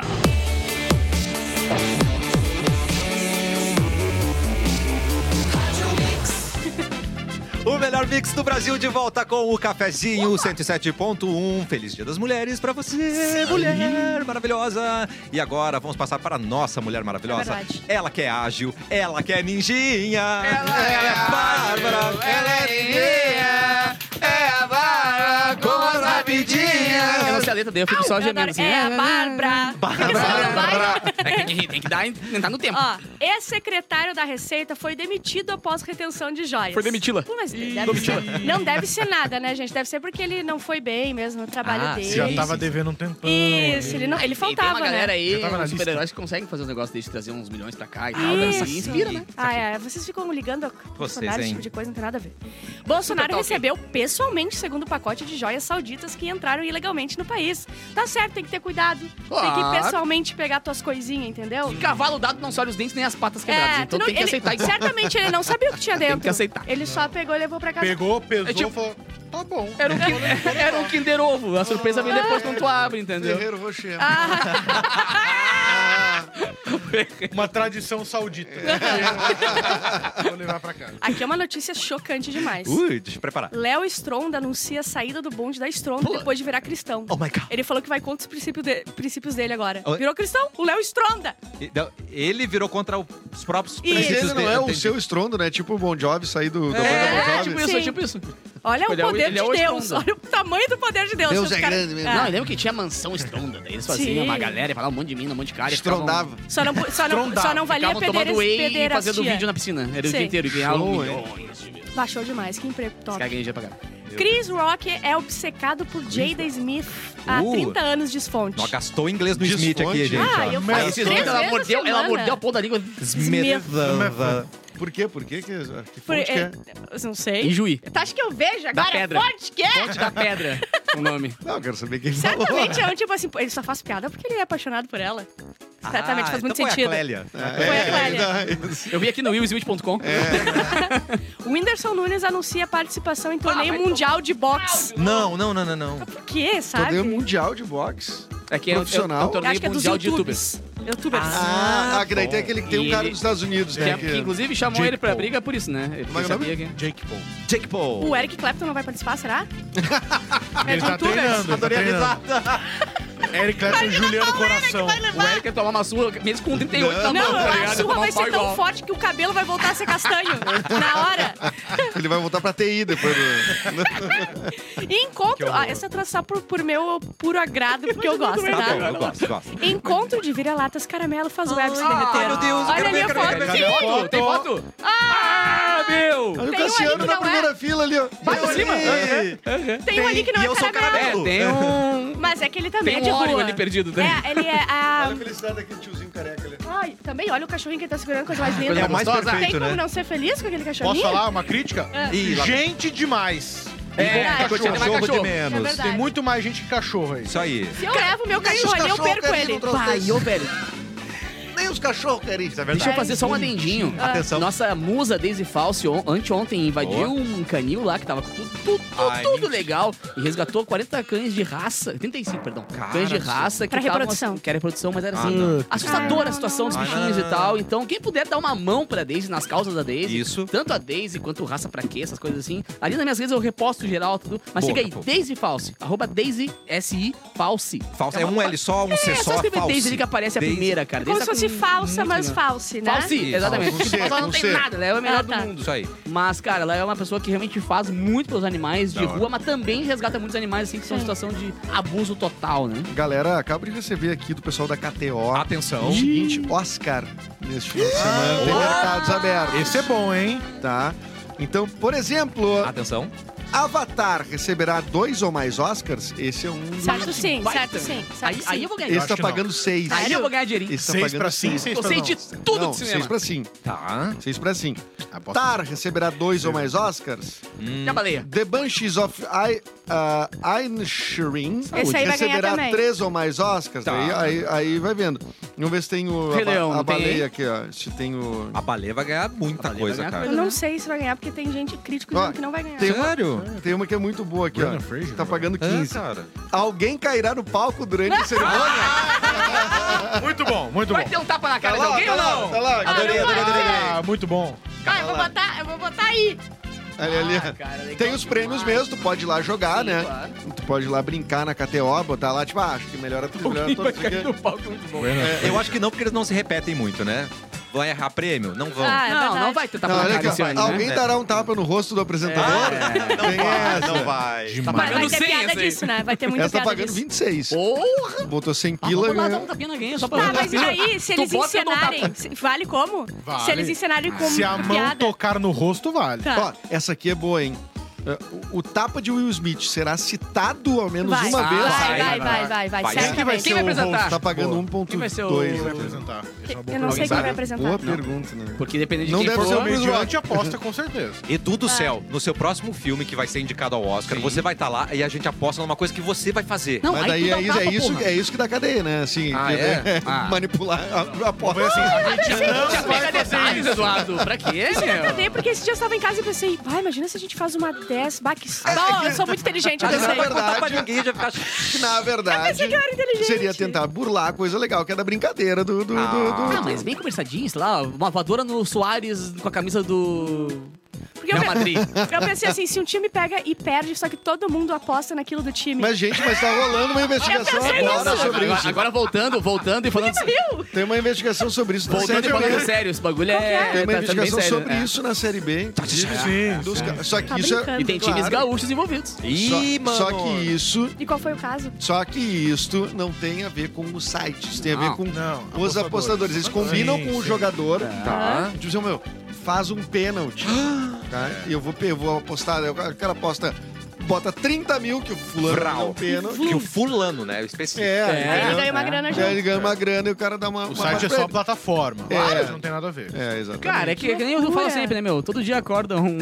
O melhor mix do Brasil de volta com o cafezinho 107.1. Feliz Dia das Mulheres pra você, mulher maravilhosa. E agora vamos passar para a nossa mulher maravilhosa. É verdade. ela que é ágil, ela que é ninjinha. Ela, é bárbara, É ela é ninjinha. É a Bárbara com as rapidinhas. fosse a letra, daí eu fico só Eu adoro- gemendo assim. É a Bárbara. Porque senão vai- É que a gente tem que dar, entrar no tempo. Ó, ex-secretário da Receita foi demitido após retenção de joias. Foi demiti-la. Pô, mas deve ser- não deve ser nada, né, gente? Deve ser porque ele não foi bem mesmo no trabalho Ah, dele. Já Sim, tava sim. devendo um tempão. Isso, ele, não, ele E tem faltava, uma galera né? aí, Já tava na uns lista. super-heróis que conseguem fazer um negócio desse, trazer uns milhões pra cá e tal. daí Isso. se inspira, né? Ah, é. Vocês ficam ligando a Bolsonaro, esse hein? tipo de coisa, não tem nada a ver. Bolsonaro Super top. recebeu pessoalmente o segundo pacote de joias sauditas que entraram ilegalmente no país. Tá certo, tem que ter cuidado. Tem que Claro. pessoalmente pegar tuas coisinhas, entendeu? E cavalo dado não sobe os dentes nem as patas quebradas. É, tu então não- tem que ele- aceitar isso. Certamente ele não sabia o que tinha dentro. que aceitar. Ele só pegou e levou pra casa. Pegou, pesou, É tipo- falou, tá bom. Era um, kin- era um Kinder Ovo. A surpresa vem depois quando tu abre, entendeu? Ferreiro Rocher. Ah, Uma tradição saudita. Vou levar pra casa. aqui é uma notícia chocante demais. Ui, deixa eu preparar. Léo Stronda anuncia a saída do bonde da Stronda depois de virar cristão. my God. Ele falou que vai contra os princípios, de- princípios dele agora. Oh. Oi? Virou cristão? O Léo Stronda! Então, Ele virou contra o- os próprios Mas princípios ele não dele, é o entendi. seu estrondo, né? Tipo o Bon Jovi sair do, da banda Bon É, Jovi. tipo isso, é Sim. tipo isso. Olha Ele é o o- poder ele de é o Deus, Stronda. olha o tamanho do poder de Deus. Deus Os é caras- grande mesmo. Ah, Não, eu lembro que tinha mansão estronda. Daí eles faziam Sim. uma galera, falavam um monte de mina, um monte de cara. e ficavam- Estrondava. só, não, só, não, só Ah, não valia ficavam tomando whey e pederas, fazendo vídeo pederastia. na piscina. Era o Sim. dia inteiro. E ganhavam Show, hein? milhões de vezes. Baixou demais, que emprego top. Caguei já pra cá. Chris Rock é obcecado por Jada Smith há Uh. 30 anos de fonte. Não gastou o inglês do Desfonte. Smith aqui, gente. Ah, ó. eu Mas faço esse três nome vezes Ela na mordeu, ela semana. mordeu a ponta da língua. Smithanda. Por quê? Por quê? Que, que fonte Por- que é? é, eu não sei. E Juí. Tá, acho que eu vejo Da agora. pedra. Fonte que é? Ponte da pedra. O nome. Não, eu quero saber quem falou. Certamente é um tipo assim, pô, ele só faz piada porque ele é apaixonado por ela. Certamente Ah, faz muito então foi a sentido. É. Clélia. É, Foi É. a Clélia. Eu vi aqui no willsmith.com. É. O Whindersson Nunes anuncia participação em torneio Ah, mundial de boxe. Não, não, não, não, não. Por quê, sabe? Torneio mundial de boxe. É que é, o- é, o- é Profissional. o Eu acho torneio que é dos mundial de youtubers. youtubers. Youtubers. Ah, que daí bom. tem aquele que tem um E cara ele- dos Estados Unidos, Que, né? é- que inclusive chamou Jake ele pra Paul. briga por isso, né? Ele Como é que é o sabia que... Jake Paul. Jake Paul. O Eric Clapton não vai participar, será? Tá Ele tá youtuber. treinando. Ele tá Adorei a treinando. risada. Eric Clapton, Juliano Coração. O Eric quer tomar uma surra, mesmo com 38 na Não, mão, tá ligado? a surra Tomar um vai pau ser tão igual. forte que o cabelo vai voltar a ser castanho na hora. Ele vai voltar pra TI depois do... Encontro. Ah, essa atração por, por meu puro agrado, porque eu gosto, Tá bom, tá? eu gosto, gosto. Encontro de vira-latas caramelo faz web se derreter. meu Deus, eu Olha quero ali ver, a quero ver, foto. quero Tem foto? Tem foto? Ah, meu! Aí o Tem um ali Cassiano que na não primeira é. fila ali, ó. Vai em cima! Tem um ali que não e é eu sou caramelo. caramelo. É, tem um... Mas é que ele também Tem é de um Oreo rua. ali perdido, né? É, ele é a... Olha a felicidade daquele tiozinho careca ali. Ai, também olha o cachorrinho que ele tá segurando, coisa mais linda. É o mais gostosa. perfeito, Tem como né? não ser feliz com aquele Posso cachorrinho? falar uma crítica? É. Ih, lá- Gente demais. verdade. É, continua mais Cachorro de cachorro. É menos. verdade. Tem muito mais gente que cachorro aí. Isso aí. Se eu levo o meu cachorro ali, eu perco ele. Pai, ô, velho, Nem os cachorros querem isso, é deixa eu fazer só um adendinho. Atenção. Nossa musa Daisy False on- anteontem invadiu Boa. um canil lá que tava com tudo, tudo, Ai, tudo mentira. legal e resgatou 40 cães de raça, 35, perdão, Cara cães de do céu. raça que Pra tavam, reprodução. assim, que era reprodução, mas era Ah, assim, não. assustadora Ah, a situação dos não, não. bichinhos Ah, e não. tal. Então, quem puder dar uma mão pra Daisy nas causas da Daisy, Isso. tanto a Daisy quanto o raça pra quê, essas coisas assim. Ali nas minhas redes eu reposto geral tudo, mas Boa, siga aí pô. Daisy False, arroba Daisy SI False. Falso. É um uma- L só, um É, C só só, escrever Daisy ali falso. que aparece a Daisy. primeira, cara. Como Daisy se tá com fosse falsa, muito mas legal. false, né? Falsi, exatamente. Com C, Tipo, ela não com tem C. nada, ela é a melhor Ah, tá. do mundo. Isso aí. Mas, cara, ela é uma pessoa que realmente faz muito pelos animais de Da hora. rua, mas também resgata muitos animais, assim, que são em situação de abuso total, né? Galera, acabo de receber aqui do pessoal da KTO Atenção. o seguinte Oscar neste final de semana. Tem mercados abertos. Esse é bom, hein? Tá? Então, por exemplo, Atenção. Avatar receberá dois ou mais Oscars? Esse é um. Certo sim, Baita. certo sim, certo Aí, aí sim. eu vou ganhar. Esse acho tá que não. pagando seis. Aí eu vou ganhar dinheirinho. Esse tá Seis pagando pra sim, seis Eu pra sei não. de tudo não, de Seis cinema. pra sim. Tá. Seis pra sim. Aposta- assim. Tar receberá dois ou mais Oscars? Já baleia. The Banshees of I, uh, Inisherin Esse aí vai ganhar receberá também. três ou mais Oscars. Tá. Daí- aí, aí vai vendo. Vamos ver se tem o, a, Rei ba- Leão, a não tem, baleia aqui, ó. Se tem o. A baleia vai ganhar muita baleia coisa, vai ganhar cara. Eu não sei se vai ganhar, porque tem gente crítico Ó, dizendo que não vai ganhar. tem uma- Sério? Tem uma que é muito boa aqui, ó. Brandon Fraser, Tá né? pagando É, 15. cara. Alguém cairá no palco durante a cerimônia? Muito bom, muito bom. Vai ter um tapa na cara lá, de alguém tá ou lá, não? tá lá. não pode ser. Ah, muito bom. Ah, eu vou botar, eu vou botar aí. Ali, ali. Ah, cara, legal tem os prêmios demais. mesmo, tu pode ir lá jogar, Sim, né? claro. Tu pode ir lá brincar na KTO, botar lá, tipo, ah, acho que melhor ator, melhor ator, não sei o quê. No palco é muito bom. Eu acho que não, porque eles não se repetem muito, né? Vão errar prêmio? Não vão. Ah, é não, verdade. não vai tentar Não, olha placar aqui, Tá esse ó. ano, alguém né? dará um tapa no rosto do apresentador? Não Tem vai, essa. não vai. Tá Vai, vai pagando ter 100 piada essa aí. disso, né? Vai ter muita Essa tá piada pagando disso. 26. Porra! Botou 100 Ah, pila vamos lá dar e um ganhou. tapinha na ganha, só pra Tá, mas e daí, se Tu eles bota ou não encenarem... se- Vale como? Se Vale. eles encenarem como Se a mão piada... tocar no rosto, vale. Tá. Ó, essa aqui é boa, hein? É, O, o tapa de Will Smith será citado ao menos Vai, uma vai, vez. vai, vai, vai, é, vai, Vai. certamente. Quem que Quem vai apresentar? Tá pagando Quem vai ser o- 1.2. Vai né? apresentar. Essa é uma boa Eu não sei pergunta. quem vai Boa apresentar. pergunta, né? Porque dependendo de Não quem deve for, ser O o mesmo. mediante aposta com certeza. Edu do céu, no seu próximo filme que vai ser indicado ao Oscar, você vai estar lá e a gente aposta numa coisa que você vai fazer. Não, aí Mas daí tu dá é, um isso, é, tapa, isso, porra. é isso que dá cadeia, né? Assim, Ah, é, é? é, manipular a, a porta. Foi assim, a gente Já não pega vai fazer detalhes, isso. Eduardo. Pra quê, Eu meu? Cadê? Porque esse dia eu estava em casa e pensei, vai, imagina se a gente faz uma 10 É, baques. Não, eu sou muito inteligente, eu Mas na sei. verdade, ninguém já ficar. que na verdade, pensei que eu era inteligente. seria tentar burlar a coisa legal, que é da brincadeira do... do, do- Ah. do- Ah, mas bem conversadinho, sei lá, uma voadora no Soares com a camisa do. Porque eu, Real Madrid. eu pensei assim, se um time pega e perde, só que todo mundo aposta naquilo do time. Mas, gente, mas tá rolando uma investigação pensei nisso. agora sobre agora, isso. agora voltando, voltando e falando. Viu? Tem uma investigação sobre isso tá Voltando na Série e falando B. sério, esse bagulho Qual que é? é. Tem uma tá- tá bem investigação sério, sobre é. isso na Série B. inclusive, Tá, Sim, dos sim. ca- Só que Tá isso é... brincando. E tem times Claro. gaúchos envolvidos. Ih, Só, mano. só que isso... E qual foi o caso? Só que isto não tem a ver com os sites, tem a ver Não. com Não, os apostadores. apostadores. Eles combinam Sim, com o sim. jogador. É. Tá. Tipo assim, meu, faz um pênalti. tá? E eu vou, pe- vou apostar. O cara o cara aposta, bota 30 mil que o fulano Vrau. dá um pênalti. Que o fulano, né? O específico. É, Aí ele entendeu? ganhou uma É. grana Aí ele junto. ganha uma grana e o cara dá uma. O uma site é só a plataforma. É. Claro, não tem nada a ver. É, exatamente. Cara, é que, é que nem eu loucura. falo sempre, né, meu? Todo dia acorda um,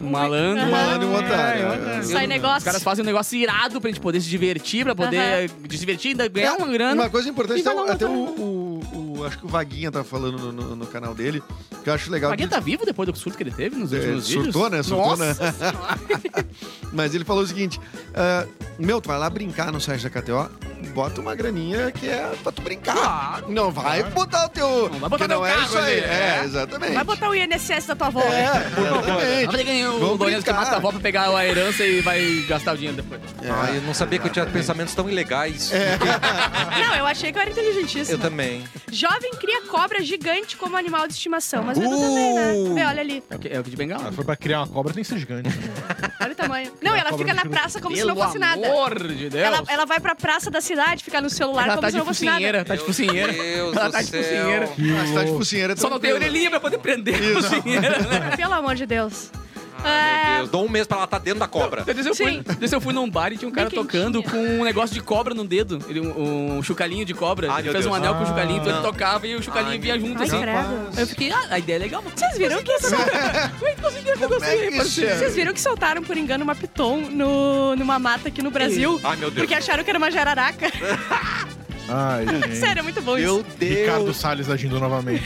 um malandro. Um malandro e um otário. É, é. Sai Os negócio. caras fazem um negócio irado pra gente poder se divertir, pra poder se divertir, ainda ganhar uma grana. Uma coisa importante, E vai então, lá até o, botar. o- o- Acho que o Vaguinha tá falando no, no- no canal dele, que eu acho legal. Alguém que- tá vivo depois do surto que ele teve nos É, últimos vídeos? surtou, né? Surtou, Nossa né? Senhora. Mas ele falou o seguinte: ah, Meu, tu vai lá brincar no site da KTO, bota uma graninha que é pra tu brincar. Claro. Não vai botar o teu. Não vai botar que não teu é carro isso aí. ali, É, é. exatamente. Vai botar o INSS da tua avó. É, Mas exatamente. ele ganhou um Vamos o Goiânia que brincar. mata a avó pra pegar a herança e vai gastar o dinheiro depois. Ai, Ah, eu não sabia que eu tinha pensamentos tão ilegais. É. Não, eu achei que eu era Eu inteligentíssimo. também. Jovem cria cobra gigante como animal de estimação. Mas o Edu também, né? Uh! Vê, olha ali. É o que, é o que de bengala. Ah, foi pra criar uma cobra, tem que ser gigante. Olha o tamanho. Não, É, ela cobra fica na de praça como se não fosse Pelo nada. amor de Deus. Ela, ela vai pra praça da cidade, fica no celular Ela como tá se de não fosse nada. focinheira, tá de Meu focinheira. Deus Ela do tá de céu. focinheira. A cidade de focinheira é Só não tem tranquila. orelhinha pra poder prender a focinheira, né? Pelo amor de Deus. Ah, Ai, É, meu Deus. Dou um mês pra ela estar dentro da cobra. Às vezes eu, fui, Sim. às vezes eu fui num bar e tinha um cara Bem tocando com quentinha. um negócio de cobra no dedo. Ele, um, um chucalinho de cobra. Ai, ele meu fez um Deus. anel com o chucalinho, então Ah. ele tocava e o chucalinho Ai, vinha junto, Ai, assim. credo. Eu fiquei, ah, a ideia é legal, mas Vocês viram que isso... Como é que isso é? Vocês viram que soltaram, por engano, uma piton no, numa mata aqui no Brasil? Ai, meu Deus. Porque acharam que era uma jararaca. Ai, gente. Sério, é muito bom Meu isso. Ricardo Deus. Salles agindo novamente.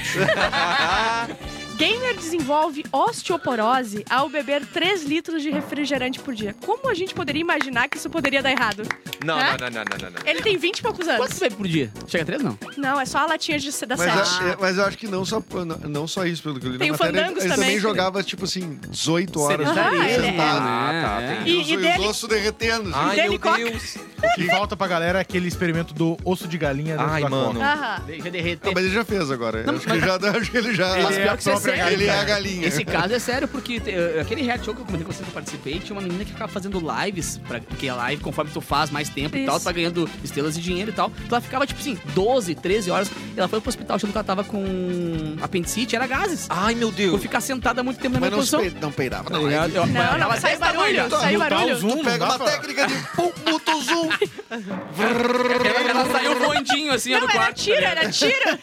Gamer desenvolve osteoporose ao beber 3 litros de refrigerante por dia. Como a gente poderia imaginar que isso poderia dar errado? Não, Hã? não, não, não, não, não, não. Ele tem 20 e poucos Quanto anos. você bebe por dia? Chega a três, não? Não, é só a latinha de, da Mas, sete. a- é, mas eu acho que não só, não- não só isso, pelo que eu li Tem na o matéria. Fandangos ele também, também né? jogava, tipo assim, 18 horas Sedentaria, sentado. né? Ah, tá, É, tem. E, E- os, e os dele- ossos derretendo. assim. Ai, Dele meu coca. Deus. O que falta pra galera é aquele experimento do osso de galinha dentro Ai, da mano. cobra. Aham. é. Já derreteu. Ah, mas ele já fez agora. acho, que ele já, acho que ele já. Mas Ele, pior que isso é própria sério. é cara. a galinha. Esse caso é sério, porque te- eh, aquele reality show que eu comentei com vocês que eu participei, tinha uma menina que ficava fazendo lives, pra, porque a live, conforme tu faz mais tempo e tal, Isso. tu vai ganhando estrelas e dinheiro e tal. Então ela ficava, tipo assim, 12, 13 horas. E ela foi pro hospital achando que ela tava com apendicite, era gases. Ai, meu Por Deus. ficar sentada muito tempo na Mas mesma não, né? se posição. Tá pe- não peidava, não. Eu- eu- Não, não, ela sai até barulho, trabalhou. sai Mutar o Tá barulho. zoom, não Pega dá uma pra- técnica de pum, muta o zoom. Ela, ela saiu voandinho, assim, ó, Não, é do era quarto. tiro, era tiro.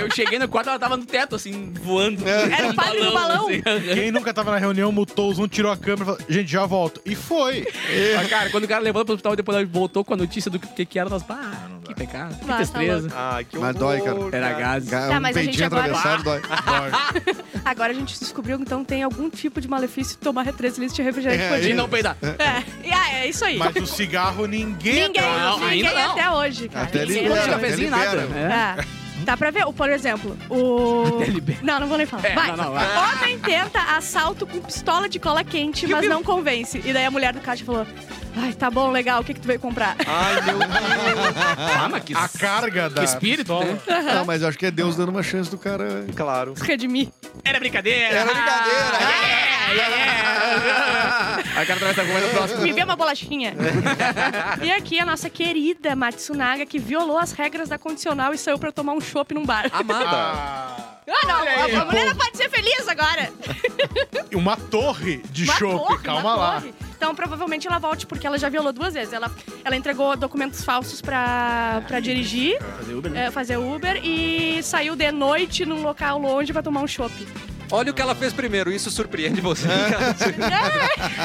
Eu cheguei no quarto, ela tava no teto, assim, voando. É, Era o padre do balão. assim. Quem nunca tava na reunião, mutou o zoom, tirou a câmera e falou, gente, já volto. E foi. Mas, cara, quando o cara levou pro hospital e depois ela voltou com a notícia do que, que era, nós, ah, que pecado, que Vai, tá tristeza. Ai, que Mas dói, cara. era gás. Cara, Um mas a gente peitinho agora- atravessado dói. Agora a gente descobriu que então tem algum tipo de malefício tomar 3 litros de refrigerante É, por E dia. não peidar. É, E, ah, é isso aí. Mas o cigarro ninguém... Ninguém, Não, ninguém ainda não. até hoje, cara. Até Ninguém libera, até hoje. até cafezinho, libera. nada. É. É. Dá pra ver? Por exemplo, o. libera. Não, não vou nem falar. É, vai. não, não, Homem tenta assalto com pistola de cola quente, mas não convence. E daí a mulher do caixa falou: Ai, tá bom, legal. O que, que tu veio comprar? Ai, meu Deus. Ah, mas que, A carga da. espírito, pistola. né? Não, mas eu acho que é Deus dando uma chance do cara. Claro. Redmi. Era brincadeira. Era É brincadeira. Ah, É, é. Aí o cara traz essa coisa próxima. Me vê uma bolachinha. e aqui a nossa querida Matsunaga, que violou as regras da condicional e saiu pra tomar um chopp num bar. Amada. Ah, Ah, não. Olha aí, a mulher não pode ser feliz agora. e uma torre de Uma torre, chope, uma calma lá. torre. Então, provavelmente ela volte, porque ela já violou duas vezes. Ela, ela entregou documentos falsos pra, pra dirigir, Fazer Uber, é, fazer Uber, e saiu de noite num local longe pra tomar um chopp. Olha o que ela fez primeiro. Isso surpreende você.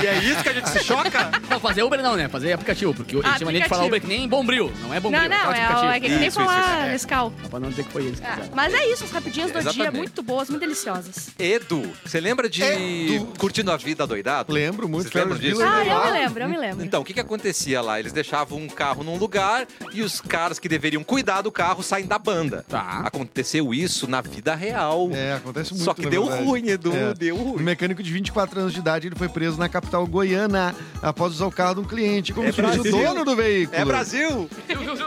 e é isso que a gente se choca? Não, fazer Uber não, né? Fazer aplicativo. Porque eu tinha maneira de falar Aplicativo. Uber que nem bombril. Não é bombril, Não, não, é, é, o- aplicativo. é que nem Isso, falar isso, isso. mescal. Só pra não dizer que foi eles. que fizeram. Mas é isso, as rapidinhas do dia, Exatamente. muito boas, muito deliciosas. Edu, você lembra de Edu. Curtindo a Vida Doidado? Lembro muito. Vocês lembram disso? Ah, Vila eu me Eduardo. lembro, eu me lembro. Então, o que, que acontecia lá? Eles deixavam um carro num lugar e os caras que deveriam cuidar do carro saem da banda. Tá. Aconteceu isso na vida real. É, acontece muito. Só que na deu verdade. ruim, Edu. É. Deu Um ruim. mecânico de 24 anos de idade ele foi preso na capital goiana após usar o carro de um cliente como É se fosse o Brasil. dono do veículo. É Brasil!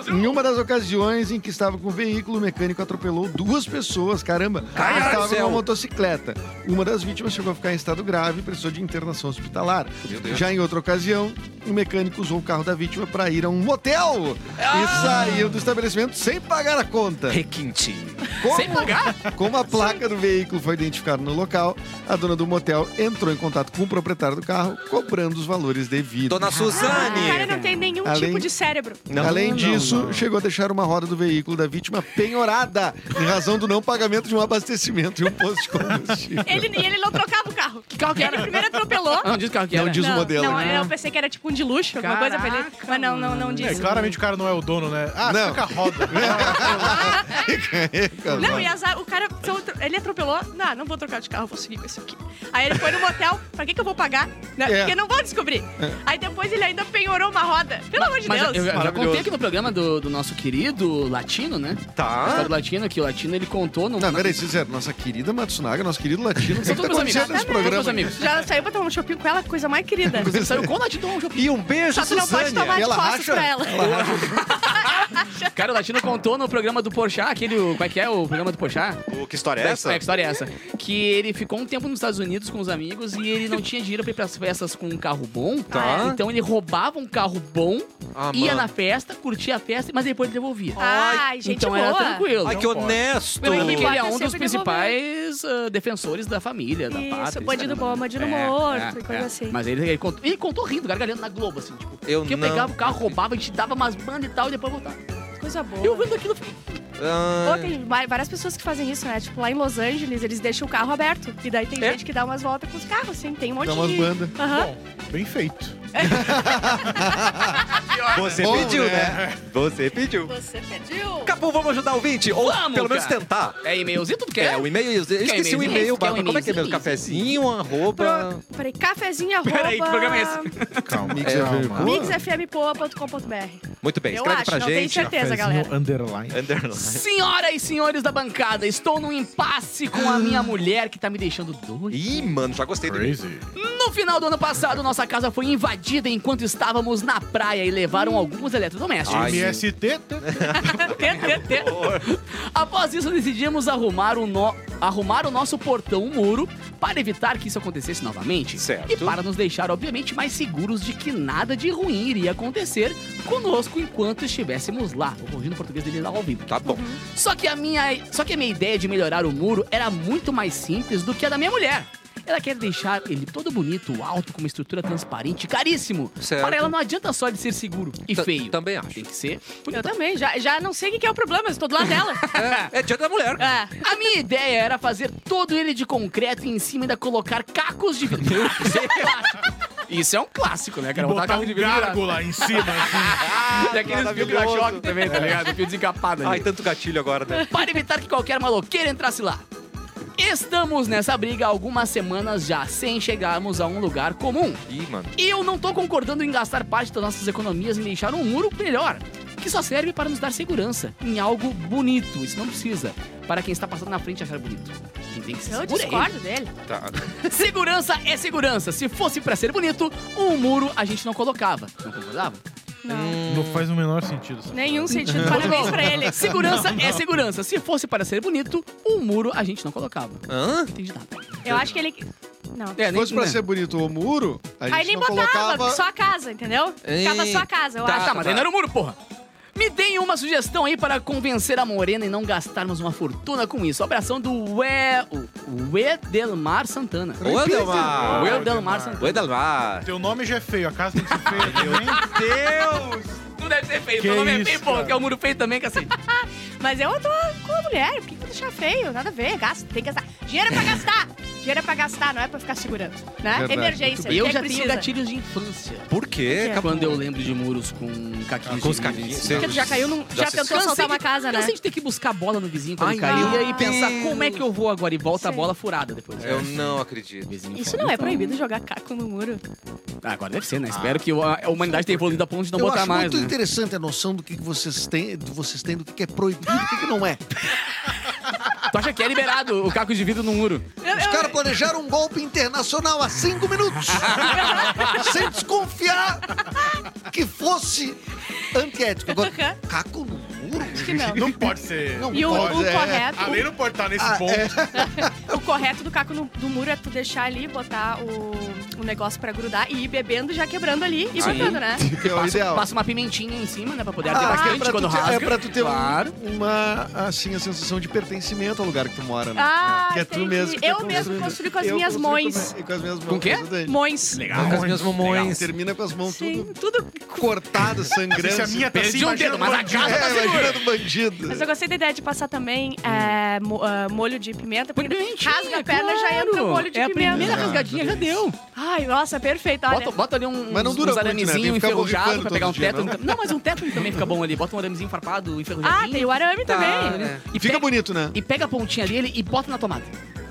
Em uma das ocasiões em que estava com o veículo, o mecânico atropelou duas pessoas, caramba. Caralho, que estava céu. numa motocicleta. Uma das vítimas chegou a ficar em estado grave e precisou de internação hospitalar. Já em outra ocasião, o mecânico usou o carro da vítima para ir a um motel Ah! e saiu do estabelecimento sem pagar a conta. Requinte. Como, Sem pagar? como a placa do veículo foi identificada no local, a dona do motel entrou em contato com o proprietário do carro, cobrando os valores devidos. Dona O cara Suzane! não tem nenhum Além- tipo de cérebro. Não, Além não, disso, chegou a deixar uma roda do veículo da vítima penhorada em razão do não pagamento de um abastecimento em um posto de combustível. Ele, e ele não trocava o carro. Que carro que era? Ele primeiro atropelou. Ah, não diz o carro que Não era. diz o Não, modelo, não, né? eu pensei que era tipo um de luxo, alguma coisa pra ele. Caraca, Mas não, não, não É, disse. claramente o cara não é o dono, né? Ah, Não. fica a roda. É, Não, e azar, o cara, se eu atro- ele atropelou. Não, não vou trocar de carro, vou seguir com esse aqui. Aí ele foi no motel, pra que, que eu vou pagar? Né? É. Porque não vão descobrir. Aí depois ele ainda penhorou uma roda. Pelo amor de Mas eu, Deus. eu já Maravilhoso. contei aqui no programa do, do nosso querido Latino, né? A história Tá. do Latino, que o Latino ele contou num. Não, peraí, vocês eram nossa querida Matsunaga, nosso querido latino. O que São tá todos meus amigos. acontecendo nesse São todos meus programa? amigos. Já saiu pra tomar um shopping com ela, coisa mais querida. Você saiu com o Latino tomou um shopping. E um beijo, Só que não pode Suzane! tomar de ela costas racha? pra ela. Cara, o Latino contou no programa do Porchat, aquele. Como é que é o programa do Porchat? O que história é É, essa? que história é essa? Que ele ficou um tempo nos Estados Unidos com os amigos e ele não tinha dinheiro pra ir pras festas com um carro bom. Tá. Então ele roubava um carro bom, Ah, ia mano. na festa, curtia a festa, mas depois ele devolvia. Ai, gente então boa. era tranquilo. Ai, que honesto! Meu Porque Henrique, ele é um Sempre dos principais ah, defensores da família, da pátria. Isso, etc. bandido bom, bandido É, morto é, e coisa é. assim. Mas ele, ele contou, ele contou rindo, gargalhando na Globo, assim, tipo. Eu Porque não... pegava o carro, roubava, a gente dava umas bandas e tal, e depois voltava. Coisa boa. Eu vendo aquilo, eu fiquei... Ah, Ou tem vai- várias pessoas que fazem isso, né? Tipo, lá em Los Angeles, eles deixam o carro aberto. E daí tem É? gente que dá umas voltas com os carros, assim. Tem um monte Dá de... umas bandas. Aham. Bom, bem feito. Você Bom, pediu, né? né? Você pediu. Você pediu? Capu, vamos ajudar o ouvinte? Ou Vamos, pelo menos cara. tentar. É e-mailzinho, tudo que É, o e-mail. Eu esqueci o e-mailzinho? e-mail, Quer um Bárbara. Como é que é mesmo? e-mailzinho? Cafezinho, arroba. Pro... Peraí, cafezinho arroba... Peraí, que programa é esse? Calma, Mix É, FM. calma. Ah. Pô, mixfmpoa.com.br Muito bem, Eu escreve acho, pra não tenho gente. certeza, Cafezinho galera. underline. Underline. Senhoras e senhores da bancada, estou num impasse com a minha mulher que tá me deixando doido. Ih, mano, já gostei do e-mail. Crazy. No final do ano passado, nossa casa foi invadida enquanto estávamos na praia e levaram alguns eletrodomésticos. Ai, MST. Tê, tê, tê. Após isso, decidimos arrumar o, no- arrumar o nosso portão muro para evitar que isso acontecesse novamente. Certo. E para nos deixar, obviamente, mais seguros de que nada de ruim iria acontecer conosco enquanto estivéssemos lá. Vou corrigindo o português dele lá ao vivo. Tá bom. Só que a minha, só que a minha ideia de melhorar o muro era muito mais simples do que a da minha mulher. Ela quer deixar ele todo bonito, alto, com uma estrutura transparente, caríssimo. Certo. Para ela não adianta só ele ser seguro e Ta- feio. Também acho. Tem que ser. Eu também, já, já não sei o que que é o problema, eu estou do lado dela. É, é dia da mulher. É. A minha ideia era fazer todo ele de concreto e em cima ainda colocar cacos de vidro. Isso é um clássico. Isso é um clássico, né, cara? Botar um gargo lá em cima. assim. E aqueles fios que dá choque também, tá ligado? Fio desencapado ali. Ai, tanto gatilho agora, né? para evitar que qualquer maloqueiro entrasse lá. Estamos nessa briga há algumas semanas já, sem chegarmos a um lugar comum. Ih, mano. E eu não tô concordando em gastar parte das nossas economias em deixar um muro melhor. que só serve para nos dar segurança em algo bonito. Isso não precisa para quem está passando na frente achar bonito. Quem tem que se Eu segura é ele. discordo dele. Tá. Segurança é segurança. Se fosse pra ser bonito, um muro a gente não colocava. Não concordava? Não. Não faz o menor sentido. sabe? Nenhum sentido. Parabéns pra ele. Segurança é segurança. Se fosse para ser bonito, um muro a gente não colocava. Hã? Não entendi nada. Eu acho que ele. Não. É, Se fosse pra né? ser bonito o muro, a gente Aí nem não botava, colocava... só a casa, entendeu? Ficava Ei. só a casa, eu Tá, Ah, acho. tá, mas aí não era um muro, porra. Me deem uma sugestão aí para convencer a Morena e não gastarmos uma fortuna com isso. Abração do Ué... o- o Edelmar Santana. O O Edelmar! Edelmar Santana. O Edelmar! Teu nome já é feio, a casa tem que ser feia também. Deus! Tu deve ser feio. Que Teu nome é isso, feio, porra. cara. Que é o muro feio também, cacete. Mas eu tô com a mulher, por que que eu vou deixar feio? Nada a ver, gasto, tem que gastar. Dinheiro é pra gastar! Dinheiro é pra gastar, não é pra ficar segurando, né? Verdade, muito Emergência, eu quem já tenho um precisa. gatilhos de infância. Por quê? É. Quando eu lembro de muros com caquinhos Com os de caquinhos, vidro. sim. Porque tu já caiu num... Já Já, se- tentou Cansei assaltar de- uma casa, né? Cansei de ter que buscar a bola no vizinho quando Ai, caía meu e pensar Deus. como é que eu vou agora e volta a bola furada depois. É. Eu não acredito. Vizinho Isso fora. não é proibido jogar caco no muro. Ah, agora deve ser, né? Espero que a a humanidade tenha evoluído a ponto de não Eu botar acho mais. muito né? interessante a noção do que que vocês têm, do, vocês têm, do que que é proibido e do que que não é. Tu acha que é liberado o caco de vidro no muro? Os caras planejaram um golpe internacional há cinco minutos. sem desconfiar que fosse antiético. Agora, Aham. caco no muro? Acho que não. Não pode ser. Não E o, pode. o é. A lei correto, não pode estar nesse Ah, ponto. o correto do caco no, do muro é tu deixar ali, botar o, o negócio pra grudar e ir bebendo, já quebrando ali e Sim. botando, né? Que é o ideal. Passa uma pimentinha em cima, né? Pra poder arder Ah, é bastante pra quando tu ter, rasga. é pra tu ter um- Claro. uma, assim, a sensação de pertencimento ao lugar que tu mora, né? Ah, que é tu entendi. mesmo que tá Eu mesmo construindo. construí com as Eu minhas construí mães. Com, a- com as minhas mãos. Com o quê? exatamente. Mães. Com as minhas mamões. Termina com as mãos Sim, tudo tudo. cortadas, sangrantes. Se a minha tá Perdi assim, um imagina dedo, o mas a bandido. casa tá É, segura. imagina do bandido. Mas eu gostei da ideia de passar também Hum. é, mo- ah, molho de pimenta. Porque Pimentinha, rasga a perna já claro. entra o molho de É a pimenta. primeira rasgadinha, já deu. Ai, nossa, perfeito. Olha, Bota, bota ali um, Mas não dura uns muito, né? Tem que aramezinho ficar enferrujado borrifando pra pegar um todo dia, né? teto. não? Não. mas um teto também fica bom ali. Bota um aramezinho farpado, ah, enferrujadinho. tem o arame Tá, também. né? e, Fica pega, bonito, né? e pega a pontinha dele e bota na tomada.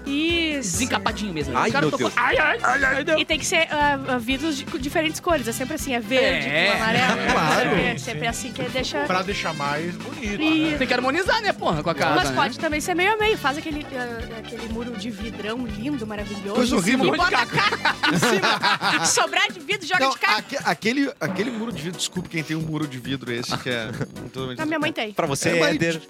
Isso. Desencapadinho mesmo. Ai, O cara meu tocou- Deus. Ai, ai, ai, ai, deu. E tem que ser ah, ah, vidros de co- diferentes cores. É sempre assim, é verde, É. com amarelo. com Claro. não sei o quê. Sempre assim que deixa... Pra deixar mais bonito. Ih, Tem que harmonizar, né, porra, com a casa, Mas né? pode também ser meio a meio. Faz aquele, ah, aquele muro de vidrão lindo, maravilhoso. Coisa Em cima, horrível. Bota caco em cima. Sobrar de vidro, joga Não, de caco. aque- aquele, aquele muro de vidro, desculpa quem tem um muro de vidro esse que é totalmente... Ah, minha mãe tem. Pra você, É, mas- Éder.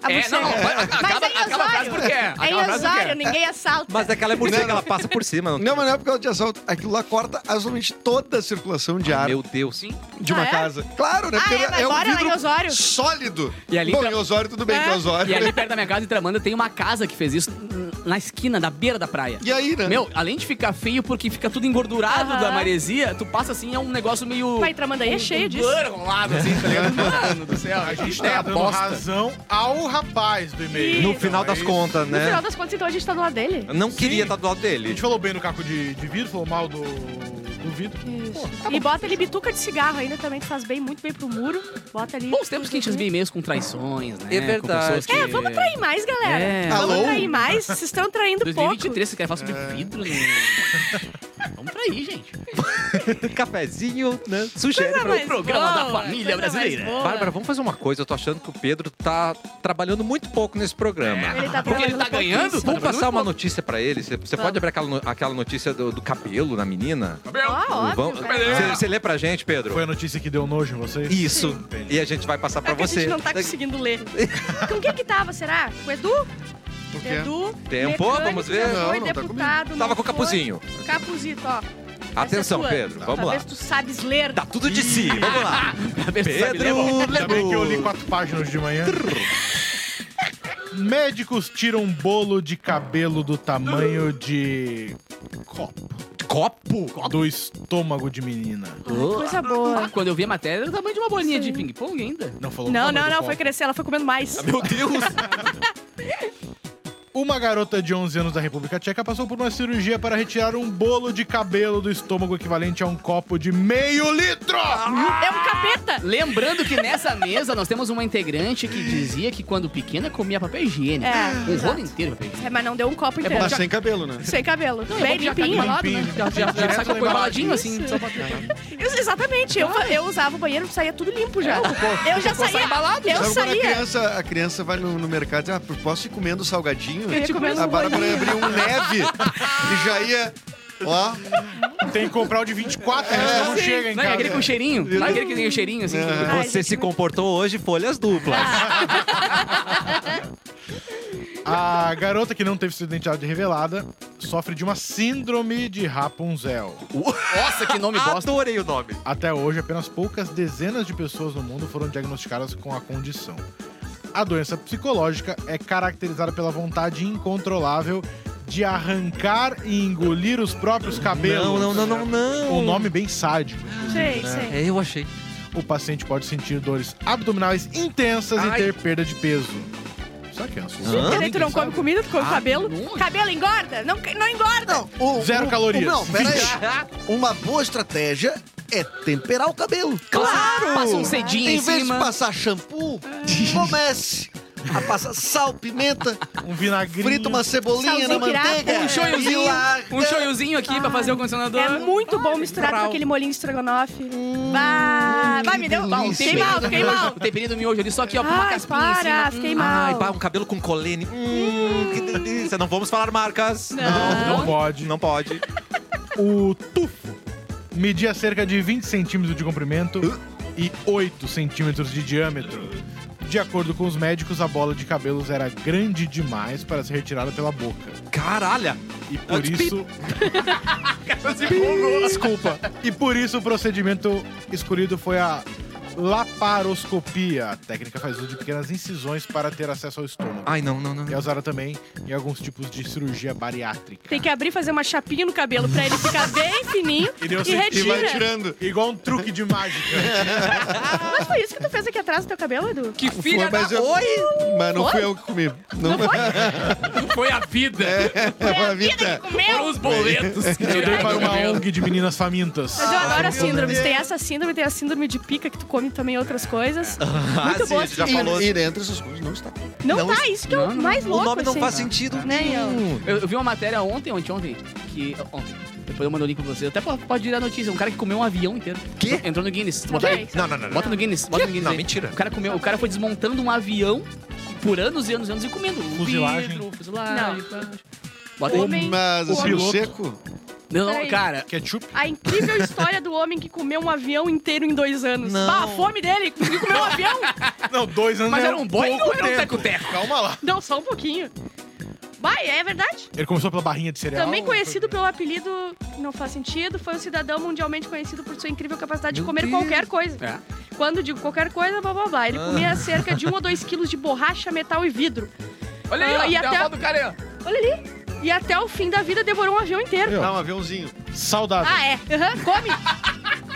A É, não, não, buceta. vai- acaba, é em acaba a frase Osório. porque... acaba É a frase porque- ilusório, ninguém assalta. Mas aquela é morcega, ela passa por cima. Não, mas não é por causa de assalto. Aquilo lá corta absolutamente toda a circulação de ar Ah, Meu Deus. de uma Ah, é? casa. Claro, né? Ah, Porque é, mas um agora lá em vidro Osório? sólido. E ali Bom, tá- em Osório tudo bem, É. que é Osório. E ali perto da minha casa, em Tramanda, tem uma casa que fez isso n- na esquina, da beira da praia. E aí, né? Meu, além de ficar feio porque fica tudo engordurado Aham. da maresia, tu passa assim, é um negócio meio. um Pai, Tramandaí é cheio disso. blur rolado, assim, tá ligado? Mano do céu, A gente é tá a dando bosta. razão ao rapaz do e-mail. No Então, final é das isso. contas, No né? final das contas, então, a gente tá do lado dele. Eu Não queria Sim. estar do lado A gente dele. falou bem do caco de, de vidro, falou mal do, do vidro. tá Isso. e bota ali bituca de cigarro ainda também, que faz bem, muito bem pro muro. Bota ali... Bons tempos que a gente recebia e-mails com traições, né? É verdade. Com pessoas que... É, vamos trair mais, galera. É. Vamos Alô? É. trair mais. Vocês estão traindo pouco. 2023, você quer falar sobre vidro? né? vamos trair, gente. Cafezinho, né? Sugere Coisa pra mais programa da boa, família coisa brasileira. mais boa. Bárbara, vamos fazer uma coisa. Eu tô achando que o Pedro tá trabalhando muito pouco nesse programa. Ele tá Porque ele trabalhando tá ganhando? pouquíssimo. Vamos passar uma notícia pra ele? Você você pode Vamos. abrir aquela, no- aquela notícia do, do cabelo na menina? Ah, óbvio, cara. Você lê pra gente, Pedro? Foi a notícia que deu nojo em vocês? Isso. E a gente vai passar pra É que a você. gente não tá conseguindo ler. Com quem que tava, será? Com o Edu? Por quê? Edu, Tempo, mecânico, vamos ver. já Não, foi não tá deputado, não Tava com o foi. capuzinho. Capuzito, ó. Essa Atenção, né? é tua. Pedro. Vamos lá. Talvez tu sabes ler. Dá tudo de si. Vamos lá. né? Pedro Ainda bem que eu li Lebu. quatro páginas de manhã. Médicos tiram um bolo de cabelo do tamanho de copo Copo? do estômago de menina. Que Coisa boa. Ah, Quando eu vi a matéria, era o tamanho de uma bolinha de ping-pong ainda. Não falou o Não, tamanho Tá do não, não. copo. né? Foi crescer, ela foi comendo mais. Meu Deus. Uma garota de 11 anos da República Tcheca passou por uma cirurgia para retirar um bolo de cabelo do estômago equivalente a um copo de meio litro. É um capeta! Lembrando que nessa mesa nós temos uma integrante que dizia que quando pequena comia papel higiênico. É, um exato. rolo inteiro de papel higiênico. É, mas não deu um copo inteiro. Mas sem cabelo, né? Sem cabelo. é Bem já tá limpinho. caiu embalado, né? Já, já, já sacou embaladinho assim. Isso. Só pra... Isso, exatamente. Eu, eu usava o banheiro, saía tudo limpo É, já. eu já saía. embalado, eu Sabe quando a saía. criança, a criança vai no, no mercado e diz, ah, posso ir comendo salgadinho? Tipo, Eu ia comendo a um Bárbara bolinho. abriu um neve e já ia, ó, Tem que comprar o de 24, né? senão não chega em Não, é aquele com casa. cheirinho. Não é aquele que tem o cheirinho assim. que- Ai, Você gente, se muito- comportou hoje folhas duplas. A garota que não teve sua identidade revelada sofre de uma síndrome de Rapunzel. Nossa, que Ah. nome bosta. Adorei o nome. Até hoje, apenas poucas dezenas de pessoas no mundo foram diagnosticadas com a condição. A doença psicológica é caracterizada pela vontade incontrolável de arrancar e engolir os próprios cabelos. Não, não, não, não, não. Um nome bem sádico. Sei, sei. É, eu achei. O paciente pode sentir dores abdominais intensas Ai. e ter perda de peso. Será que é uma solução? Hã? Ah, Porque daí tu não come comida, tu come cabelo. Cabelo engorda? Não, não engorda. Não, o- Zero o- calorias. o- Não, peraí. Uma boa estratégia é temperar o cabelo. Claro! Passa um cedinho em em vez de cima. passar shampoo, comece a passar sal, pimenta, Um vinagrinho. frita uma cebolinha Salzinho na manteiga. pirata. Um shoyuzinho. e larga. Um shoyuzinho aqui pra fazer o condicionador. É muito bom misturar com brau. aquele molinho de estrogonofe. Hum. Vai, vai, me deu. Bah, um Fiquei temperinho mal, do fiquei miojo, mal. Um temperinho do miojo ali, só aqui, ó, com uma Ai, caspinha em cima. para, fiquei Ai, pá, mal. um cabelo com colene. Hum, que delícia. Não vamos falar marcas. Não. Não pode. Não pode. O tufo media cerca de 20 centímetros de comprimento e 8 centímetros de diâmetro. De acordo com os médicos, a bola de cabelos era grande demais para ser retirada pela boca. Caralho. E por Antes, isso. Desculpa. E por isso o procedimento escolhido foi a laparoscopia. A técnica faz uso de pequenas incisões para ter acesso ao estômago. Ai, não, não, não. E é usada também em alguns tipos de cirurgia bariátrica. Tem que abrir e fazer uma chapinha no cabelo pra ele ficar bem fininho E e, deu sentido, e vai retira. tirando. Igual um truque de mágica. Mas foi isso que tu fez aqui atrás do teu cabelo, Edu? Que filha Foi, mas da... eu- Oi! Mas não fui eu que comi. Não, É, foi Foi a vida. Vida a vida. que comeu! Foram os boletos. Eu dei para uma ONG de meninas famintas. Mas eu adoro as síndromes. Tem essa síndrome, tem a síndrome de pica, que tu come também outras coisas. Ah, Muito sim, boa a gente já E- falou. E dentre essas coisas não está. Não, Não tá, isso que é o mais O louco. nome não assim. faz sentido Nem eu. nenhum. Eu, eu vi uma matéria ontem, ontem, ontem, que. Ontem. Depois eu mando o link pra vocês. Até po- pode ir a notícia. Um cara que comeu um avião inteiro. Quê? Entrou no Guinness. Tu Não, Bota, aí. isso- Não, não, não. não. bota no Guinness. Bota no Guinness. Não, aí. mentira. O cara, comeu, o cara foi desmontando um avião por anos e anos e anos e comendo. Fusilagem. Vidro, fusilagem. Não. pá. Bota aí. Homem. Mas O assim, o piloto. seco, Não, Peraí. cara. Ketchup? A incrível história do homem que comeu um avião inteiro em dois anos. Não. Bah, a fome dele, conseguiu comer um avião. Não, dois anos. Mas é era um boi ou pouco era um tempo. teco-teco? Calma lá. Não, só um pouquinho. Bah, é verdade. Ele começou pela barrinha de cereal. Também conhecido pelo apelido Não Faz Sentido, foi um cidadão mundialmente conhecido por sua incrível capacidade de comer qualquer coisa. É. Quando digo qualquer coisa, blá blá blá. Ele comia cerca de 1 ou 2 quilos de borracha, metal e vidro. Olha aí, Ah, ó, e tem até- a foto do cara aí, ó. Olha ali. E até o fim da vida devorou um avião inteiro. dá um aviãozinho. Saudável. Ah, é. Aham, come.